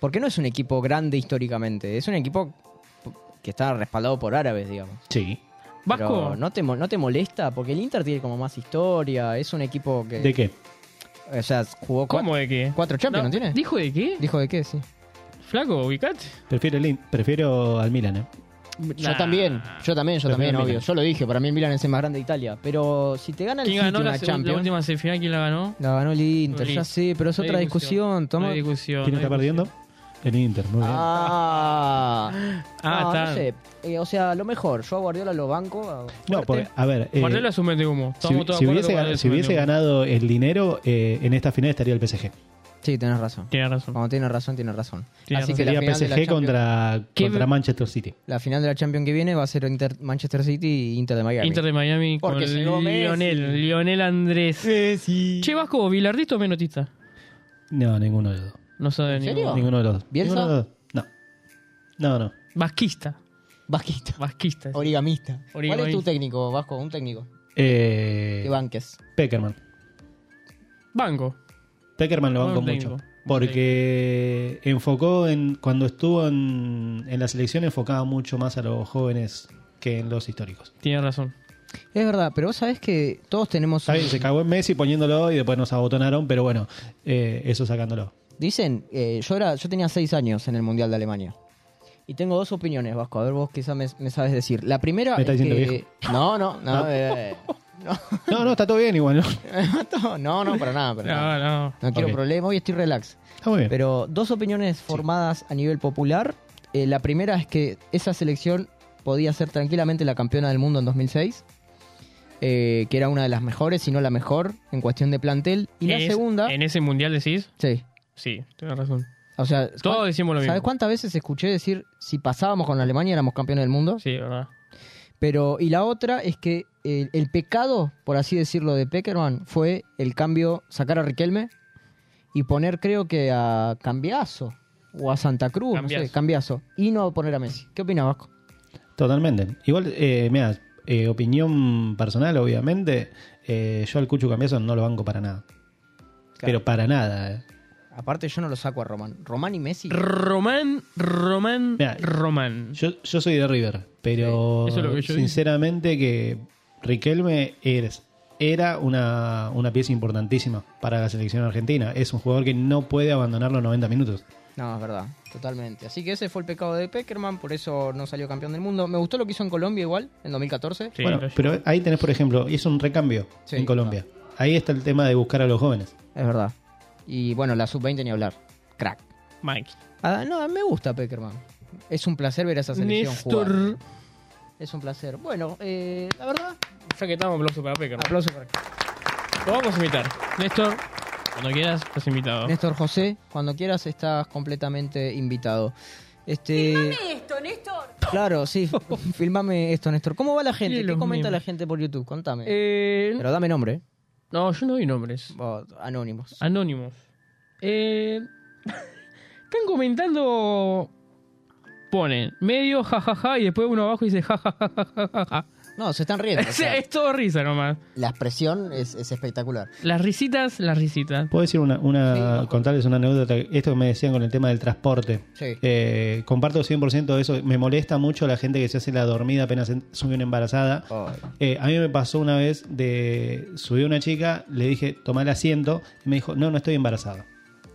Speaker 4: Porque no es un equipo grande históricamente. Es un equipo que está respaldado por árabes, digamos.
Speaker 6: Sí.
Speaker 5: Vasco,
Speaker 4: Pero ¿no te, mo- ¿No te molesta? Porque el Inter tiene como más historia. Es un equipo que.
Speaker 6: ¿De qué?
Speaker 4: O sea, jugó cua-
Speaker 5: ¿cómo de qué?
Speaker 4: cuatro Champions, ¿no,
Speaker 5: No,
Speaker 4: tiene?
Speaker 5: ¿Dijo de qué?
Speaker 4: Dijo de qué, sí.
Speaker 5: Flaco, ubicate.
Speaker 6: Prefiero, el, In- prefiero al Milan, ¿eh?
Speaker 4: Yo
Speaker 5: Nah.
Speaker 4: también, yo también, yo
Speaker 6: Pero
Speaker 4: también,
Speaker 6: Milan.
Speaker 4: obvio. Yo lo dije, para mí el Milan es el más grande de Italia. Pero si te gana el
Speaker 5: ¿Quién
Speaker 4: City
Speaker 5: ganó la,
Speaker 4: una
Speaker 5: segunda- la
Speaker 4: Champions.
Speaker 5: última semifinal? ¿Quién la ganó?
Speaker 4: La ganó el Inter,
Speaker 5: Listo.
Speaker 4: ya sé, pero es
Speaker 5: No hay
Speaker 4: otra discusión.
Speaker 5: No
Speaker 4: Toma.
Speaker 5: hay discusión.
Speaker 6: ¿Quién
Speaker 5: no hay
Speaker 6: está perdiendo? El Inter, muy bien.
Speaker 4: Ah,
Speaker 5: Ah,
Speaker 4: no,
Speaker 5: está.
Speaker 4: no sé. Eh, o sea, lo mejor, yo a Guardiola lo banco. a-
Speaker 6: No, porque, a ver. eh,
Speaker 5: discusión. Guardiola es un mente humo.
Speaker 6: si,
Speaker 5: Estamos todos
Speaker 6: si
Speaker 5: de acuerdo
Speaker 6: hubiese,
Speaker 5: que Guardiola
Speaker 6: gan-
Speaker 5: es
Speaker 6: si
Speaker 5: un
Speaker 6: hubiese
Speaker 5: vendehumo.
Speaker 6: ganado el dinero, eh, en esta final estaría el PSG.
Speaker 4: Sí, tenés razón.
Speaker 5: Tiene razón.
Speaker 4: Cuando tienes razón, tienes razón.
Speaker 5: Tiene
Speaker 4: Así
Speaker 5: razón.
Speaker 4: que la
Speaker 6: Sería
Speaker 4: final, de la,
Speaker 6: PSG
Speaker 4: Champions-
Speaker 6: contra,
Speaker 5: ¿Qué-
Speaker 6: contra Manchester City.
Speaker 4: la final de la Champions que viene va a ser Inter- Manchester City y Inter de Miami.
Speaker 5: Inter de Miami
Speaker 4: Porque
Speaker 5: con
Speaker 4: llegó Messi.
Speaker 5: Lionel, Lionel Andrés. Che, Vasco, ¿bilardista o menotista?
Speaker 6: No, ninguno de los dos.
Speaker 5: No sabe
Speaker 4: ¿En
Speaker 5: ni
Speaker 4: serio?
Speaker 6: Ninguno de los dos.
Speaker 4: Oh. ¿Bielsa?
Speaker 6: Ninguno de los dos. No. No, no.
Speaker 5: Vasquista.
Speaker 4: Vasquista.
Speaker 5: Vasquista.
Speaker 4: Origamista. ¿Cuál es
Speaker 5: Origamista.
Speaker 4: tu técnico, Vasco? Un técnico.
Speaker 6: Eh,
Speaker 4: Que banques.
Speaker 6: Peckerman.
Speaker 5: Banco.
Speaker 6: Peckerman lo
Speaker 5: Buen
Speaker 6: banco
Speaker 5: técnico.
Speaker 6: mucho.
Speaker 5: Buen
Speaker 6: Porque enfocó en. Cuando estuvo en, en la selección, enfocaba mucho más a los jóvenes que en los históricos.
Speaker 5: Tiene razón.
Speaker 4: Es verdad, pero vos sabés que todos tenemos.
Speaker 6: Está bien, se cagó en Messi poniéndolo y después nos abotonaron, pero bueno, eh, eso sacándolo.
Speaker 4: Dicen, eh, yo, era, yo tenía seis años en el Mundial de Alemania. Y tengo dos opiniones, Vasco. A ver, vos quizás me, me sabes decir. La primera.
Speaker 6: Me está
Speaker 4: es
Speaker 6: diciendo
Speaker 4: que-
Speaker 6: viejo. Ah.
Speaker 4: No, no, no. eh,
Speaker 6: No, no, está todo bien igual, ¿no?
Speaker 4: no, no, no, para nada. Para nada.
Speaker 5: No, no.
Speaker 4: No quiero
Speaker 6: Ok.
Speaker 4: problema, hoy estoy relax.
Speaker 6: Está muy bien.
Speaker 4: Pero dos opiniones formadas a nivel popular. Eh, la primera es que esa selección podía ser tranquilamente la campeona del mundo en 2006, eh, que era una de las mejores, si no la mejor, en cuestión de plantel. Y la
Speaker 5: Es-
Speaker 4: segunda...
Speaker 5: ¿En ese mundial decís?
Speaker 4: Sí.
Speaker 5: Sí, tiene razón.
Speaker 4: O sea,
Speaker 5: Todos
Speaker 4: ¿cuán-
Speaker 5: decimos lo mismo.
Speaker 4: ¿sabes cuántas veces escuché decir si pasábamos con Alemania éramos campeones del mundo?
Speaker 5: Sí, verdad.
Speaker 4: Pero, y la otra es que el, el pecado, por así decirlo, de Peckerman fue el cambio, sacar a Riquelme y poner, creo que a Cambiaso o a Santa Cruz, no sé,
Speaker 5: Cambiaso.
Speaker 4: Cambiaso, y no poner a Messi. ¿Qué opinas, Vasco?
Speaker 6: Totalmente. Igual, eh, mira, eh, opinión personal, obviamente, eh, yo al Cucho Cambiaso no lo banco para nada. Pero para nada. eh.
Speaker 4: Aparte, yo no lo saco a Román. Román y Messi.
Speaker 5: Román, Román,
Speaker 6: Mirá,
Speaker 5: Román.
Speaker 6: Yo, yo soy de River, pero
Speaker 5: Sí, eso es lo que yo
Speaker 6: sinceramente que Riquelme eres, era una, una pieza importantísima para la selección argentina. Es un jugador que no puede abandonar los 90 minutos.
Speaker 4: No, es verdad, totalmente. Así que ese fue el pecado de Peckerman, por eso no salió campeón del mundo. Me gustó lo que hizo en Colombia igual, en 2014.
Speaker 5: Sí,
Speaker 6: bueno,
Speaker 5: lo-
Speaker 6: pero ahí tenés, por ejemplo, es un recambio
Speaker 4: Sí,
Speaker 6: en Colombia. Ahí está el tema de buscar a los jóvenes.
Speaker 4: Es verdad. Y bueno, la sub-20 ni hablar. Crack.
Speaker 5: Mike.
Speaker 4: Ah, no, me gusta Peckerman. Es un placer ver a esa selección jugar.
Speaker 5: Néstor.
Speaker 4: Es un placer. Bueno, eh, la verdad,
Speaker 5: Ya que estamos, aplauso para Peckerman.
Speaker 4: aplauso para
Speaker 5: Lo vamos a invitar. Néstor, cuando quieras, estás invitado.
Speaker 4: Néstor José. Cuando quieras estás completamente invitado. Este,
Speaker 8: esto, Néstor.
Speaker 4: claro, sí. Filmame esto, Néstor. ¿Cómo va la gente?
Speaker 5: Cielos
Speaker 4: ¿Qué comenta
Speaker 5: míos.
Speaker 4: la gente por YouTube? Contame.
Speaker 5: Eh,
Speaker 4: Pero dame nombre. eh.
Speaker 5: no, yo no doy nombres.
Speaker 4: Oh, anónimos.
Speaker 5: Ah. Anónimos. Eh, están comentando. Ponen medio jajaja y después uno abajo dice jajaja.
Speaker 4: No, se están riendo. o sea,
Speaker 5: es todo risa nomás.
Speaker 9: La expresión es, es espectacular.
Speaker 5: Las risitas, las risitas.
Speaker 6: Puedo decir una, una
Speaker 4: Sí.
Speaker 6: contarles una anécdota, esto que me decían con el tema del transporte.
Speaker 4: Sí.
Speaker 6: Eh, comparto 100% eso. Me molesta mucho la gente que se hace la dormida apenas en- sube una embarazada.
Speaker 4: Ay.
Speaker 6: Eh, a mí me pasó una vez de subió una chica, le dije, toma el asiento, y me dijo, no, no estoy embarazada.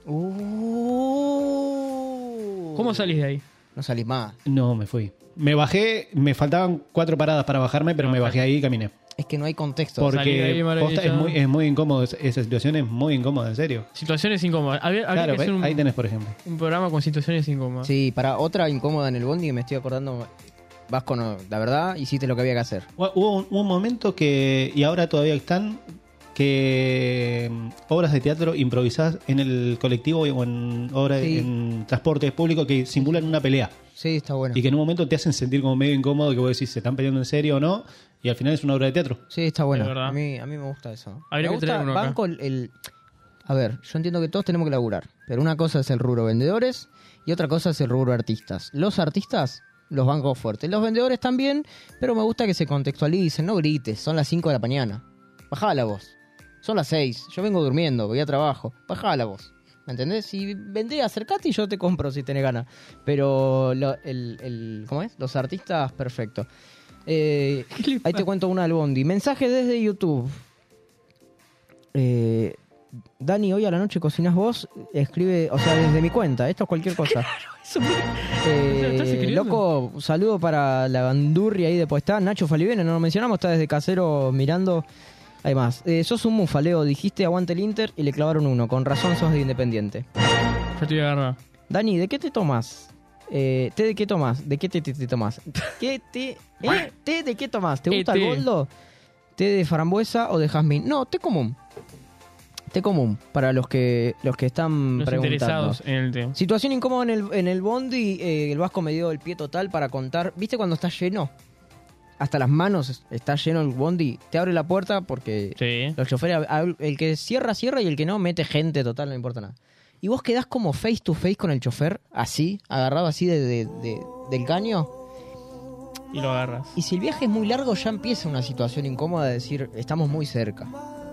Speaker 4: Uh.
Speaker 5: ¿Cómo salís de ahí?
Speaker 4: No salís más.
Speaker 6: No, me fui. Me bajé, me faltaban cuatro paradas para bajarme, pero me bajé ahí y caminé.
Speaker 4: Es que no hay contexto.
Speaker 5: Salí de ahí
Speaker 6: Porque
Speaker 5: maravillado.
Speaker 6: posta, es, muy, es muy incómodo, es- esa situación es muy incómoda, en serio.
Speaker 5: Situaciones incómodas. Habría, habría
Speaker 6: Claro,
Speaker 5: que hacer
Speaker 6: ¿ves?
Speaker 5: un,
Speaker 6: ahí tenés, por ejemplo.
Speaker 5: un programa con situaciones incómodas.
Speaker 4: Sí, para otra incómoda en el bondi que me estoy acordando. Vasco, no, la verdad, hiciste lo que había que hacer.
Speaker 6: Hu- Hubo un, un momento que, y ahora todavía están, que mm, obras de teatro improvisadas en el colectivo o en, obras
Speaker 4: Sí.
Speaker 6: en transporte público que simulan una pelea
Speaker 4: Sí, está bueno.
Speaker 6: y que en un momento te hacen sentir como medio incómodo que vos decís, ¿se están peleando en serio o no? Y al final es una obra de teatro.
Speaker 4: Sí, está bueno.
Speaker 5: Es verdad.
Speaker 4: A mí, a mí me gusta eso.
Speaker 5: Habría
Speaker 4: me
Speaker 5: que
Speaker 4: gusta
Speaker 5: traer uno acá.
Speaker 4: banco el, el- A ver, yo entiendo que todos tenemos que laburar, pero una cosa es el rubro vendedores y otra cosa es el rubro artistas. Los artistas los bancos fuertes, los vendedores también, pero me gusta que se contextualicen, no grites, son las 5 de la mañana. Bajá la voz. Son las 6, yo vengo durmiendo, voy a trabajo. Bajá la voz. ¿Me entendés? Si vendé, acercate y yo te compro si tenés ganas. Pero lo- el, el- ¿cómo es? Los artistas, perfecto. Eh,
Speaker 5: ¿Qué le
Speaker 4: Ahí te cuento una al Bondi. Mensaje desde YouTube. Eh, Dani, hoy a la noche cocinas vos. Escribe, o sea, desde mi cuenta. Esto es cualquier cosa.
Speaker 5: Eso me-
Speaker 4: Eh,
Speaker 5: ¿Lo estás escribiendo?
Speaker 4: loco, un saludo para la bandurria ahí de Puestá. Nacho Falivena, no lo mencionamos, está desde casero mirando. Además, eh, sos un mufaleo. Dijiste aguante el Inter y le clavaron uno. Con razón sos de Independiente.
Speaker 5: Yo te voy a agarrar.
Speaker 4: Dani, ¿de qué te tomas? Eh, ¿Té de qué tomas? ¿De qué te, te, te tomas? ¿Qué te, eh? ¿Té de qué tomas? ¿Te gusta
Speaker 5: Eh,
Speaker 4: el
Speaker 5: té.
Speaker 4: boldo? ¿Té de frambuesa o de jazmín? No, té común. Té común, para los que, los que están
Speaker 5: Los
Speaker 4: preguntando.
Speaker 5: interesados en el tema.
Speaker 4: Situación incómoda en el, en el bondi, eh, el Vasco me dio el pie total para contar. ¿Viste cuando está lleno? Hasta las manos está lleno el bondi. Te abre la puerta porque
Speaker 5: Sí.
Speaker 4: los choferes, hab- el que cierra, cierra y el que no, mete gente, total, no importa nada. Y vos quedás como face to face con el chofer, así, agarrado así de, de- de- del caño.
Speaker 5: Y lo agarras.
Speaker 4: Y si el viaje es muy largo, ya empieza una situación incómoda de decir, estamos muy cerca.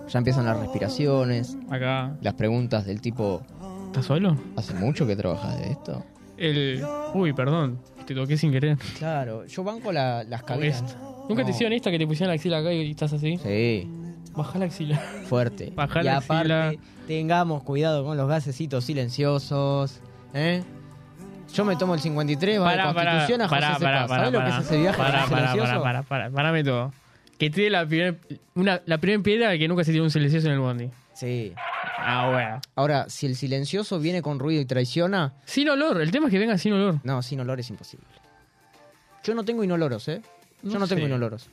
Speaker 4: Ya empiezan las respiraciones,
Speaker 5: Acá.
Speaker 4: las preguntas del tipo,
Speaker 5: ¿Estás solo?
Speaker 4: ¿hace mucho que trabajas de esto?
Speaker 5: El. Uy, perdón. Te toqué sin querer.
Speaker 4: Claro, yo banco la- las
Speaker 5: Esta.
Speaker 4: cabinas.
Speaker 5: ¿Nunca
Speaker 4: No.
Speaker 5: te hicieron esta que te pusieron la axila acá y estás así?
Speaker 4: Sí,
Speaker 5: Baja la axila.
Speaker 4: fuerte.
Speaker 5: Bajá
Speaker 4: y
Speaker 5: la
Speaker 4: aparte,
Speaker 5: axila.
Speaker 4: tengamos cuidado con los gasecitos silenciosos. ¿eh? Yo me tomo el 53, va de Constitución a José Cepaz. ¿Sabés lo que es ese viaje
Speaker 5: para,
Speaker 4: con el
Speaker 5: para,
Speaker 4: silencioso?
Speaker 5: para, para, para, parame todo. Que tire la primera la primera piedra de que nunca se tiró un silencioso en el bondi.
Speaker 4: Sí.
Speaker 5: Ah, bueno.
Speaker 4: Ahora, si el silencioso viene con ruido y traiciona,
Speaker 5: Sin olor, el tema es que venga sin olor.
Speaker 4: no, sin olor es imposible. Yo no tengo inoloros, ¿eh? Yo
Speaker 5: No
Speaker 4: no, tengo
Speaker 5: sé.
Speaker 4: inoloros.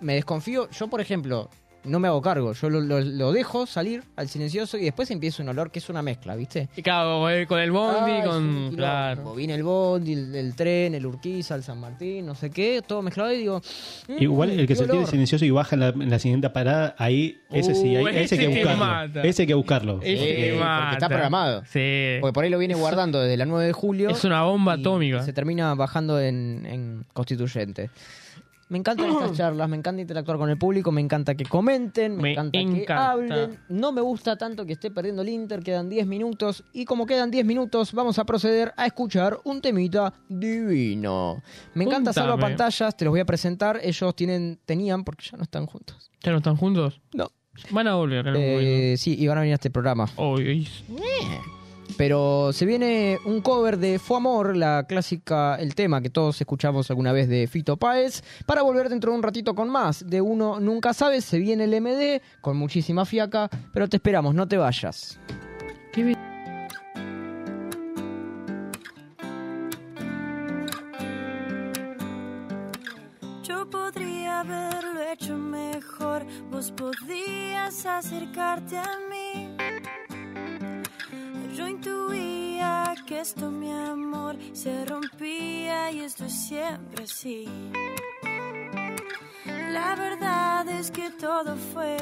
Speaker 4: Me desconfío. Yo, por ejemplo, no me hago cargo. Yo lo, lo- lo dejo salir al silencioso y después empieza un olor que es una mezcla, ¿viste?
Speaker 5: Y claro, eh, con el bondi,
Speaker 4: Ah, es un
Speaker 5: con.
Speaker 4: quilombo.
Speaker 5: Claro.
Speaker 4: Viene el bondi, el, el tren, el Urquiza, el San Martín, no sé qué, todo mezclado y digo. mm,
Speaker 6: Igual el que
Speaker 4: qué
Speaker 6: se tire
Speaker 4: olor.
Speaker 6: silencioso y baja en la, en la siguiente parada, ahí, ese sí, ahí-
Speaker 5: Uh,
Speaker 6: ese, hay
Speaker 5: ese
Speaker 6: que
Speaker 5: te
Speaker 6: buscarlo.
Speaker 5: mata.
Speaker 6: Ese hay que buscarlo.
Speaker 5: Ese
Speaker 4: Sí,
Speaker 5: te
Speaker 4: porque
Speaker 5: mata.
Speaker 4: está programado.
Speaker 5: Sí.
Speaker 4: Porque por ahí lo viene guardando desde la 9 de julio.
Speaker 5: Es una bomba
Speaker 4: y
Speaker 5: atómica.
Speaker 4: Se termina bajando en, en Constituyente. Me encantan estas charlas, me encanta interactuar con el público, me encanta que comenten, me,
Speaker 5: Me
Speaker 4: encanta, que
Speaker 5: encanta.
Speaker 4: hablen. No me gusta tanto que esté perdiendo el Inter, quedan 10 minutos. Y como quedan 10 minutos, vamos a proceder a escuchar un temita divino. Me encanta
Speaker 5: Contame.
Speaker 4: salvo pantallas, te los voy a presentar. Ellos tienen, tenían, porque ya no están juntos.
Speaker 5: ¿Ya no están juntos?
Speaker 4: No.
Speaker 5: Van a volver. en algún momento.
Speaker 4: Eh, sí, iban a venir a este programa.
Speaker 5: Oh, y-
Speaker 4: Pero se viene un cover de Fue Amor, la clásica, el tema que todos escuchamos alguna vez de Fito Páez, para volver dentro de un ratito con más. De uno nunca sabe, se viene el MD con muchísima fiaca, pero te esperamos, no te vayas.
Speaker 8: Yo podría haberlo hecho mejor, vos podías acercarte a mí. Yo intuía que esto, mi amor, se rompía y esto es siempre así. La verdad es que todo fue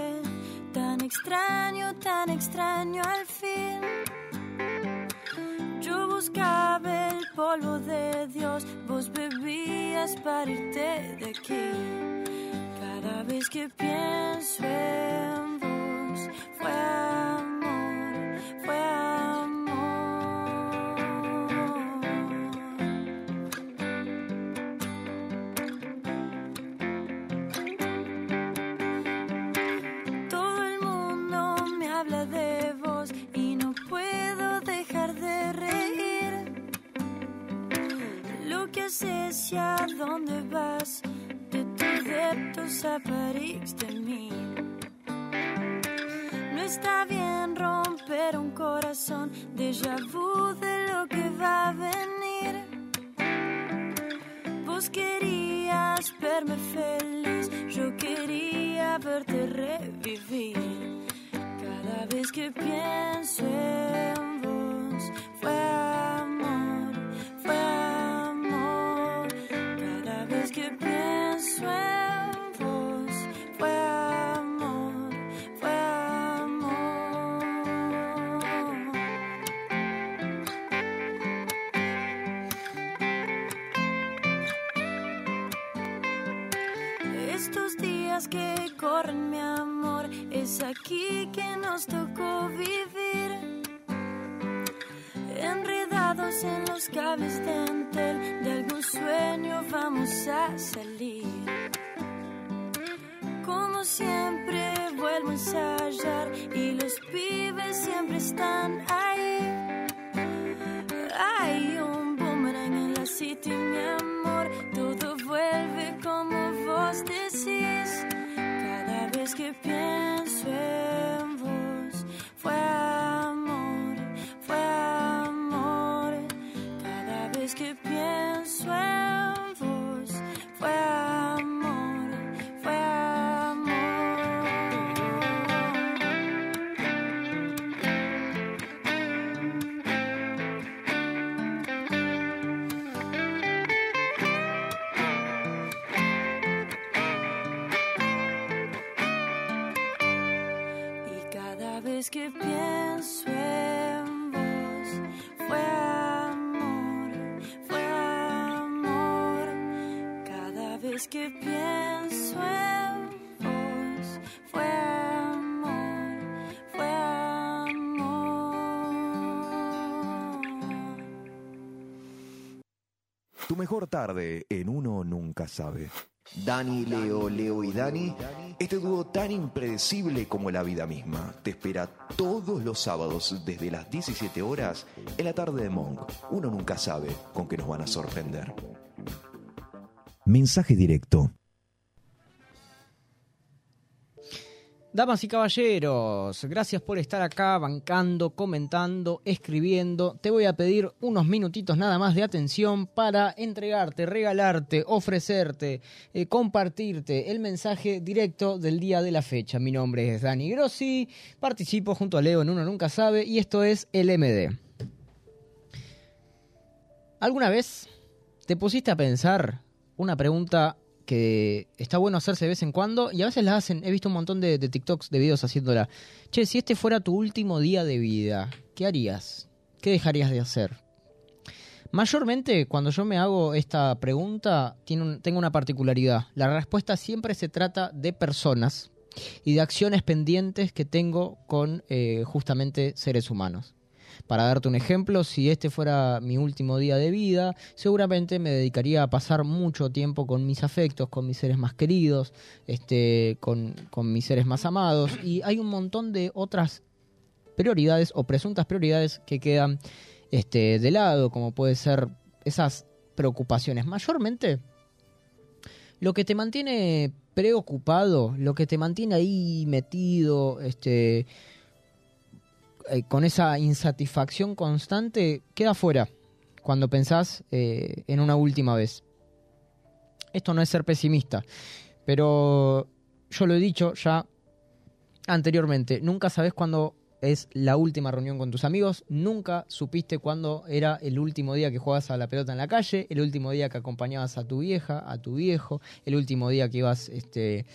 Speaker 8: tan extraño, tan extraño al fin. Yo buscaba el polvo de Dios, vos bebías para irte de aquí. Cada vez que pienso en vos, fue amor, fue amor. Todo el mundo me habla de vos y no puedo dejar de reír. Lo que haces y a dónde vas, de tus deptos a París de mí. No está bien romper un corazón, déjà vu de lo que va a venir. Vos querías verme feliz, yo quería verte revivir. Cada vez que pienso en vos, fue amor, fue amor. Cada vez que pienso en vos, fue amor, fue amor. Estos días que corren, mi amor, es aquí que nos tocó vivir. Enredados en los cables de entel, de algún sueño vamos a salir. Como siempre vuelvo a ensayar y los pibes siempre están ahí. Hay un boomerang en la city, mi amor. Todo vuelve como vos decís. Cada vez que pienso en vos, fue amor, fue amor. Cada vez que pienso en vos, fue amor, fue amor. Y cada vez que pienso en vos, fue amor, fue amor. Cada vez que pienso en vos, fue amor, fue amor.
Speaker 2: Tu mejor tarde en uno nunca sabe. Dani, Leo, Leo y Dani, este dúo tan impredecible como la vida misma, te espera todos los sábados desde las 17 horas en la tarde de Monk. Uno nunca sabe con qué nos van a sorprender. Mensaje directo.
Speaker 4: Damas y caballeros, gracias por estar acá bancando, comentando, escribiendo. Te voy a pedir unos minutitos nada más de atención para entregarte, regalarte, ofrecerte, eh, compartirte el mensaje directo del día de la fecha. Mi nombre es Dani Grossi, participo junto a Leo en Uno Nunca Sabe y esto es LMD. ¿Alguna vez te pusiste a pensar una pregunta que está bueno hacerse de vez en cuando y a veces la hacen. He visto un montón de, de TikToks de videos haciéndola. Che, si este fuera tu último día de vida, ¿qué harías? ¿Qué dejarías de hacer? Mayormente, cuando yo me hago esta pregunta, tiene un- tengo una particularidad. La respuesta siempre se trata de personas y de acciones pendientes que tengo con eh, justamente seres humanos. Para darte un ejemplo, si este fuera mi último día de vida, seguramente me dedicaría a pasar mucho tiempo con mis afectos, con mis seres más queridos, este, con, con mis seres más amados. Y hay un montón de otras prioridades o presuntas prioridades que quedan este, de lado, como puede ser esas preocupaciones. Mayormente, lo que te mantiene preocupado, lo que te mantiene ahí metido, este, eh, con esa insatisfacción constante queda fuera cuando pensás eh, en una última vez. Esto no es ser pesimista, pero yo lo he dicho ya anteriormente, nunca sabes cuándo es la última reunión con tus amigos, nunca supiste cuándo era el último día que jugabas a la pelota en la calle, el último día que acompañabas a tu vieja, a tu viejo, el último día que ibas este,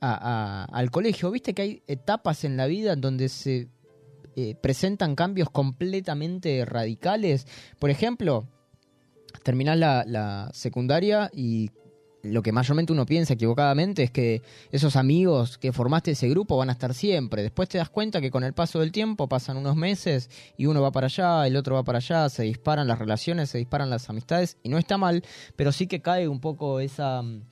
Speaker 4: a- a- al colegio. Viste que hay etapas en la vida en donde se eh, presentan cambios completamente radicales. Por ejemplo, terminás la, la secundaria y lo que mayormente uno piensa equivocadamente es que esos amigos que formaste ese grupo van a estar siempre. Después te das cuenta que con el paso del tiempo pasan unos meses y uno va para allá, el otro va para allá, se disparan las relaciones, se disparan las amistades y no está mal, pero sí que cae un poco esa... mm,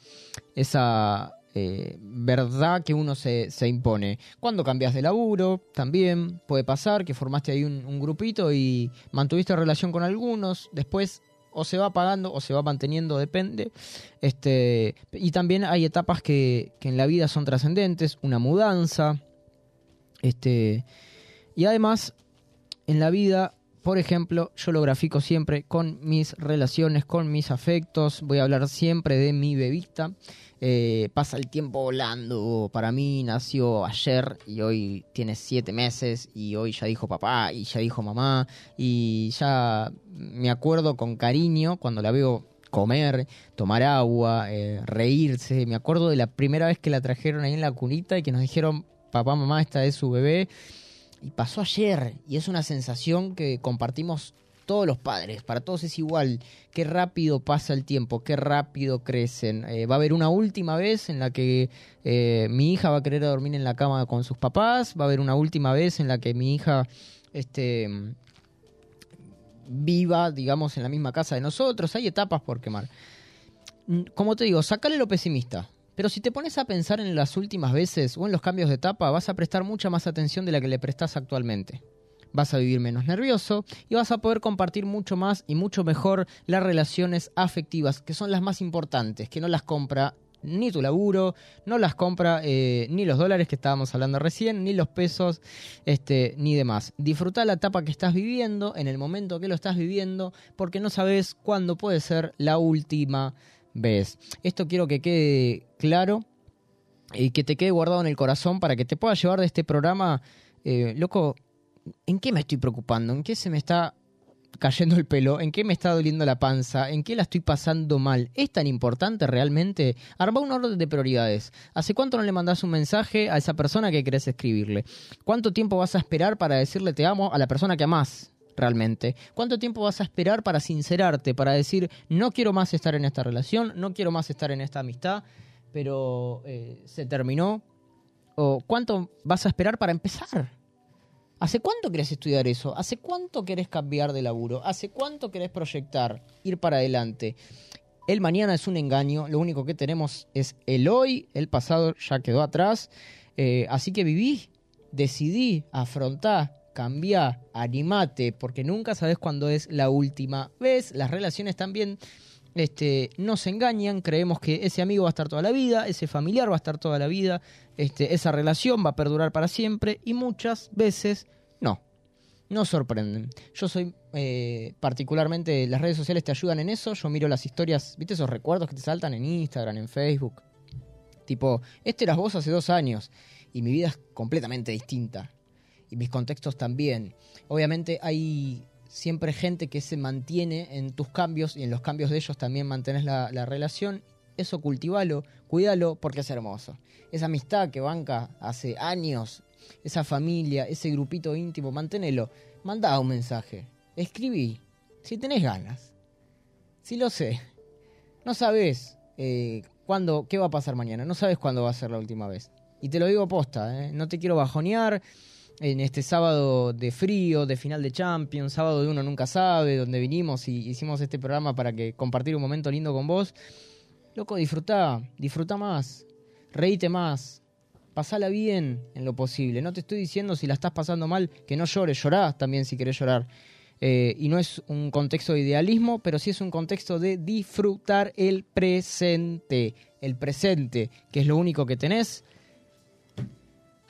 Speaker 4: esa eh, verdad que uno se, se impone. Cuando cambias de laburo, también puede pasar que formaste ahí un, un grupito y mantuviste relación con algunos, después o se va apagando o se va manteniendo, depende. Este, y también hay etapas que, que en la vida son trascendentes, una mudanza. Este, y además, en la vida, por ejemplo, yo lo grafico siempre con mis relaciones, con mis afectos. Voy a hablar siempre de mi bebita. Eh, pasa el tiempo volando. Para mí nació ayer y hoy tiene siete meses y hoy ya dijo papá y ya dijo mamá y ya me acuerdo con cariño cuando la veo comer, tomar agua, eh, reírse. Me acuerdo de la primera vez que la trajeron ahí en la cunita y que nos dijeron papá, mamá, esta es su bebé y pasó ayer y es una sensación que compartimos todos los padres, para todos es igual, qué rápido pasa el tiempo, qué rápido crecen. Eh, va a haber una última vez en la que eh, mi hija va a querer dormir en la cama con sus papás, va a haber una última vez en la que mi hija este, viva, digamos, en la misma casa de nosotros, hay etapas por quemar. Mm, Como te digo, sacale lo pesimista. Pero si te pones a pensar en las últimas veces o en los cambios de etapa, vas a prestar mucha más atención de la que le prestás actualmente. Vas a vivir menos nervioso y vas a poder compartir mucho más y mucho mejor las relaciones afectivas, que son las más importantes, que no las compra ni tu laburo, no las compra eh, ni los dólares que estábamos hablando recién, ni los pesos, este, ni demás. Disfruta la etapa que estás viviendo, en el momento que lo estás viviendo, porque no sabes cuándo puede ser la última vez. Esto quiero que quede claro y que te quede guardado en el corazón para que te pueda llevar de este programa, eh, loco, ¿en qué me estoy preocupando? ¿En qué se me está cayendo el pelo? ¿En qué me está doliendo la panza? ¿En qué la estoy pasando mal? ¿Es tan importante realmente? Arma un orden de prioridades. ¿Hace cuánto no le mandás un mensaje a esa persona que querés escribirle? ¿Cuánto tiempo vas a esperar para decirle te amo a la persona que amás? realmente? ¿Cuánto tiempo vas a esperar para sincerarte, para decir, no quiero más estar en esta relación, no quiero más estar en esta amistad, pero eh, se terminó? ¿O cuánto vas a esperar para empezar? ¿Hace cuánto querés estudiar eso? ¿Hace cuánto querés cambiar de laburo? ¿Hace cuánto querés proyectar, ir para adelante? El mañana es un engaño, lo único que tenemos es el hoy, el pasado ya quedó atrás. Eh, así que viví, decidí, afrontá, cambiá, animate, porque nunca sabes cuándo es la última vez. Las relaciones también Este, nos engañan, creemos que ese amigo va a estar toda la vida, ese familiar va a estar toda la vida, este, esa relación va a perdurar para siempre y muchas veces no. Nos sorprenden. Yo soy eh, particularmente, las redes sociales te ayudan en eso, yo miro las historias, viste esos recuerdos que te saltan en Instagram, en Facebook. Tipo, este eras vos hace dos años y mi vida es completamente distinta. Y mis contextos también. Obviamente hay siempre gente que se mantiene en tus cambios y en los cambios de ellos también mantenés la, la relación. Eso cultivalo, cuídalo porque es hermoso. Esa amistad que banca hace años, esa familia, ese grupito íntimo, manténelo. Mandá un mensaje, escribí, si tenés ganas. Si lo sé. No sabes eh, cuándo, qué va a pasar mañana, no sabes cuándo va a ser la última vez. Y te lo digo posta, ¿eh? no te quiero bajonear en este sábado de frío, de final de Champions, sábado de uno nunca sabe, donde vinimos y hicimos este programa para que compartir un momento lindo con vos. Loco, disfrutá, disfruta más, reíte más, pasala bien en lo posible. No te estoy diciendo si la estás pasando mal que no llores, llorás también si querés llorar. Eh, y no es un contexto de idealismo, pero sí es un contexto de disfrutar el presente, el presente, que es lo único que tenés.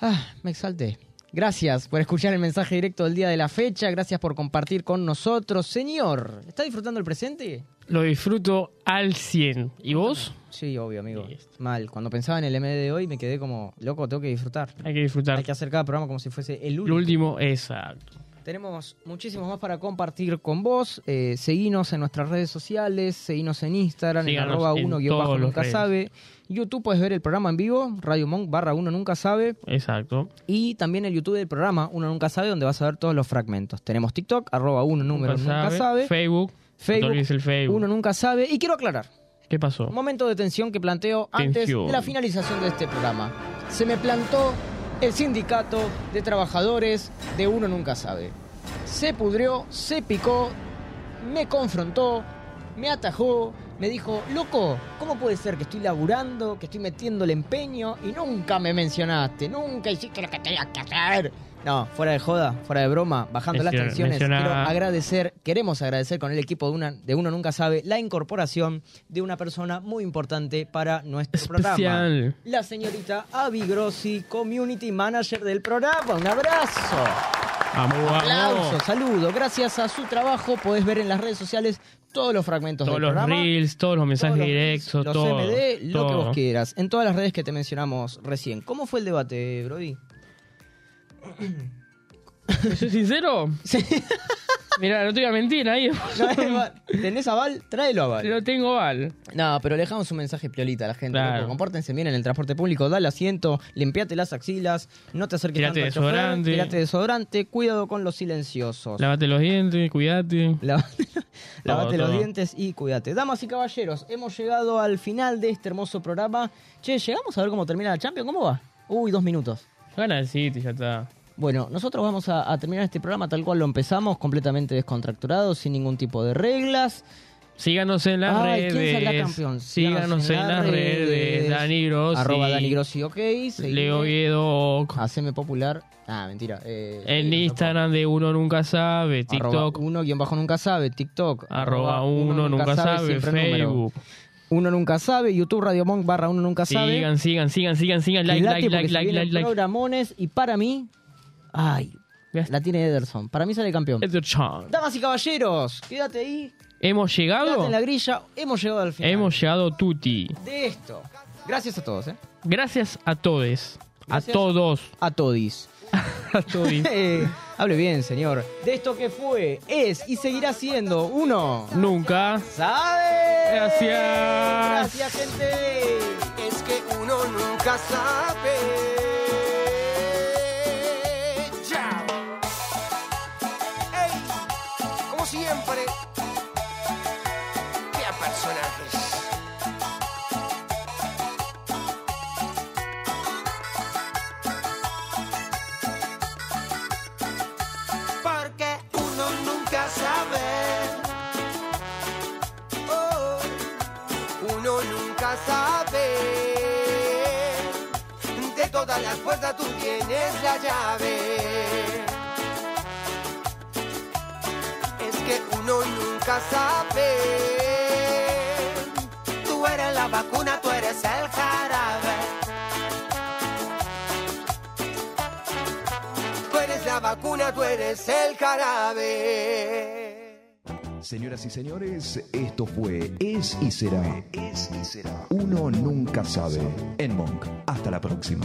Speaker 4: Ah, me exalté. Gracias por escuchar el mensaje directo del día de la fecha. Gracias por compartir con nosotros. Señor, ¿está disfrutando el presente?
Speaker 5: Lo disfruto al 100. ¿Y vos?
Speaker 4: Sí, obvio, amigo. Mal. Cuando pensaba en el MD de hoy me quedé como, loco, tengo que disfrutar.
Speaker 5: Hay que disfrutar.
Speaker 4: Hay que hacer cada programa como si fuese el
Speaker 5: Lo
Speaker 4: último.
Speaker 5: último, exacto.
Speaker 4: Tenemos muchísimos más para compartir con vos. Eh, seguinos en nuestras redes sociales, seguinos en Instagram,
Speaker 5: Síganos
Speaker 4: en arroba
Speaker 5: en
Speaker 4: uno
Speaker 5: todos los
Speaker 4: nunca
Speaker 5: redes.
Speaker 4: sabe. YouTube puedes ver el programa en vivo, Radio Monk barra uno nunca sabe.
Speaker 5: Exacto.
Speaker 4: Y también el YouTube del programa, uno nunca sabe, donde vas a ver todos los fragmentos. Tenemos TikTok, arroba uno número nunca, sabe.
Speaker 5: Facebook.
Speaker 4: Facebook,
Speaker 5: No te olvides el Facebook.
Speaker 4: Uno nunca sabe. Y quiero aclarar,
Speaker 5: ¿Qué pasó?
Speaker 4: un momento de tensión que planteo antes
Speaker 5: Tensión.
Speaker 4: de la finalización de este programa. Se me plantó el sindicato de trabajadores de Uno Nunca Sabe. Se pudrió, se picó, me confrontó, me atajó, me dijo, loco, ¿cómo puede ser que estoy laburando, que estoy metiendo el empeño y nunca me mencionaste, nunca hiciste lo que tenías que hacer? No, fuera de joda, fuera de broma, bajando las
Speaker 5: Menciona-
Speaker 4: tensiones,
Speaker 5: menciona-
Speaker 4: quiero agradecer, queremos agradecer con el equipo de, una, de Uno Nunca Sabe la incorporación de una persona muy importante para nuestro programa.
Speaker 5: Especial.
Speaker 4: La señorita Avi Grossi, Community Manager del programa. Un abrazo.
Speaker 5: Vamos,
Speaker 4: Aplausos,
Speaker 5: vamos.
Speaker 4: saludos. Gracias a su trabajo podés ver en las redes sociales todos los fragmentos
Speaker 5: Todos
Speaker 4: del
Speaker 5: los
Speaker 4: programa.
Speaker 5: reels, todos los mensajes
Speaker 4: todos los-
Speaker 5: directos,
Speaker 4: los
Speaker 5: todo.
Speaker 4: MD, lo que
Speaker 5: todo.
Speaker 4: vos quieras. En todas las redes que te mencionamos recién. ¿Cómo fue el debate, Brody?
Speaker 5: ¿Te ¿Soy sincero? Sí. Mira, no te voy a mentir ahí.
Speaker 4: No, Eva, ¿Tenés aval? Tráelo aval.
Speaker 5: Lo tengo mal.
Speaker 4: No, pero le dejamos un mensaje piolita a la gente.
Speaker 5: Claro.
Speaker 4: loco. Compórtense bien en el transporte público, dale asiento, limpiate las axilas, no te acerques
Speaker 5: Tirate
Speaker 4: tanto al chofer,
Speaker 5: desodorante.
Speaker 4: tirate desodorante, cuidado con los silenciosos.
Speaker 5: Lávate los dientes, cuídate.
Speaker 4: Lava- Lavate los
Speaker 5: todo.
Speaker 4: dientes y cuídate. Damas y caballeros, hemos llegado al final de este hermoso programa. Che, llegamos a ver cómo termina la Champions. ¿Cómo va? Uy, dos minutos.
Speaker 5: Gana el City, ya está.
Speaker 4: Bueno, nosotros vamos a, a terminar este programa tal cual lo empezamos, completamente descontracturado, sin ningún tipo de reglas.
Speaker 5: Síganos en las
Speaker 4: Ay,
Speaker 5: redes.
Speaker 4: ¿quién saldrá campeón?
Speaker 5: Síganos en, las redes. Dani Grossi.
Speaker 4: Arroba Dani Grossi, ok. seguime.
Speaker 5: Leo Guedo.
Speaker 4: Haceme popular. Ah, mentira. eh,
Speaker 5: En
Speaker 4: seguime,
Speaker 5: Instagram de Uno Nunca Sabe.
Speaker 4: por favor. Arroba
Speaker 5: TikTok.
Speaker 4: uno guión bajo nunca sabe. TikTok.
Speaker 5: Arroba Uno Nunca Sabe.
Speaker 4: siempre el número.
Speaker 5: Facebook.
Speaker 4: Uno nunca sabe. YouTube Radio Monk barra uno nunca sabe.
Speaker 5: Sigan, sigan, sigan, sigan, sigan. Like,
Speaker 4: Quédate
Speaker 5: like,
Speaker 4: porque
Speaker 5: like,
Speaker 4: se
Speaker 5: like,
Speaker 4: vienen
Speaker 5: like, like.
Speaker 4: Programones y para mí. Ay,
Speaker 5: Ya
Speaker 4: la tiene Ederson. Para mí sale campeón.
Speaker 5: It's the chance.
Speaker 4: Damas y caballeros, quédate ahí.
Speaker 5: ¿Hemos
Speaker 4: Quédate
Speaker 5: llegado?
Speaker 4: en la grilla. Hemos llegado al final
Speaker 5: Hemos llegado tutti.
Speaker 4: de esto. Gracias a todos, ¿eh?
Speaker 5: Gracias a todos. A
Speaker 4: Gracias.
Speaker 5: todos.
Speaker 4: A todis.
Speaker 5: A todos.
Speaker 4: Eh, hable bien, señor. De esto que fue, es y seguirá siendo uno.
Speaker 5: Nunca.
Speaker 4: ¿Sabe?
Speaker 5: Gracias.
Speaker 4: Gracias, gente.
Speaker 3: Es que uno nunca sabe. Ya. Ey, como siempre. Vea personajes. Porque uno nunca sabe. Oh uno nunca sabe. De todas las puertas tú tienes la llave. Es que uno nunca sabe. tú eres la vacuna, tú eres el jarabe. Tú eres la vacuna, tú eres el jarabe.
Speaker 2: Señoras y señores, esto fue Es y Será. Uno nunca sabe. En Monk. Hasta la próxima.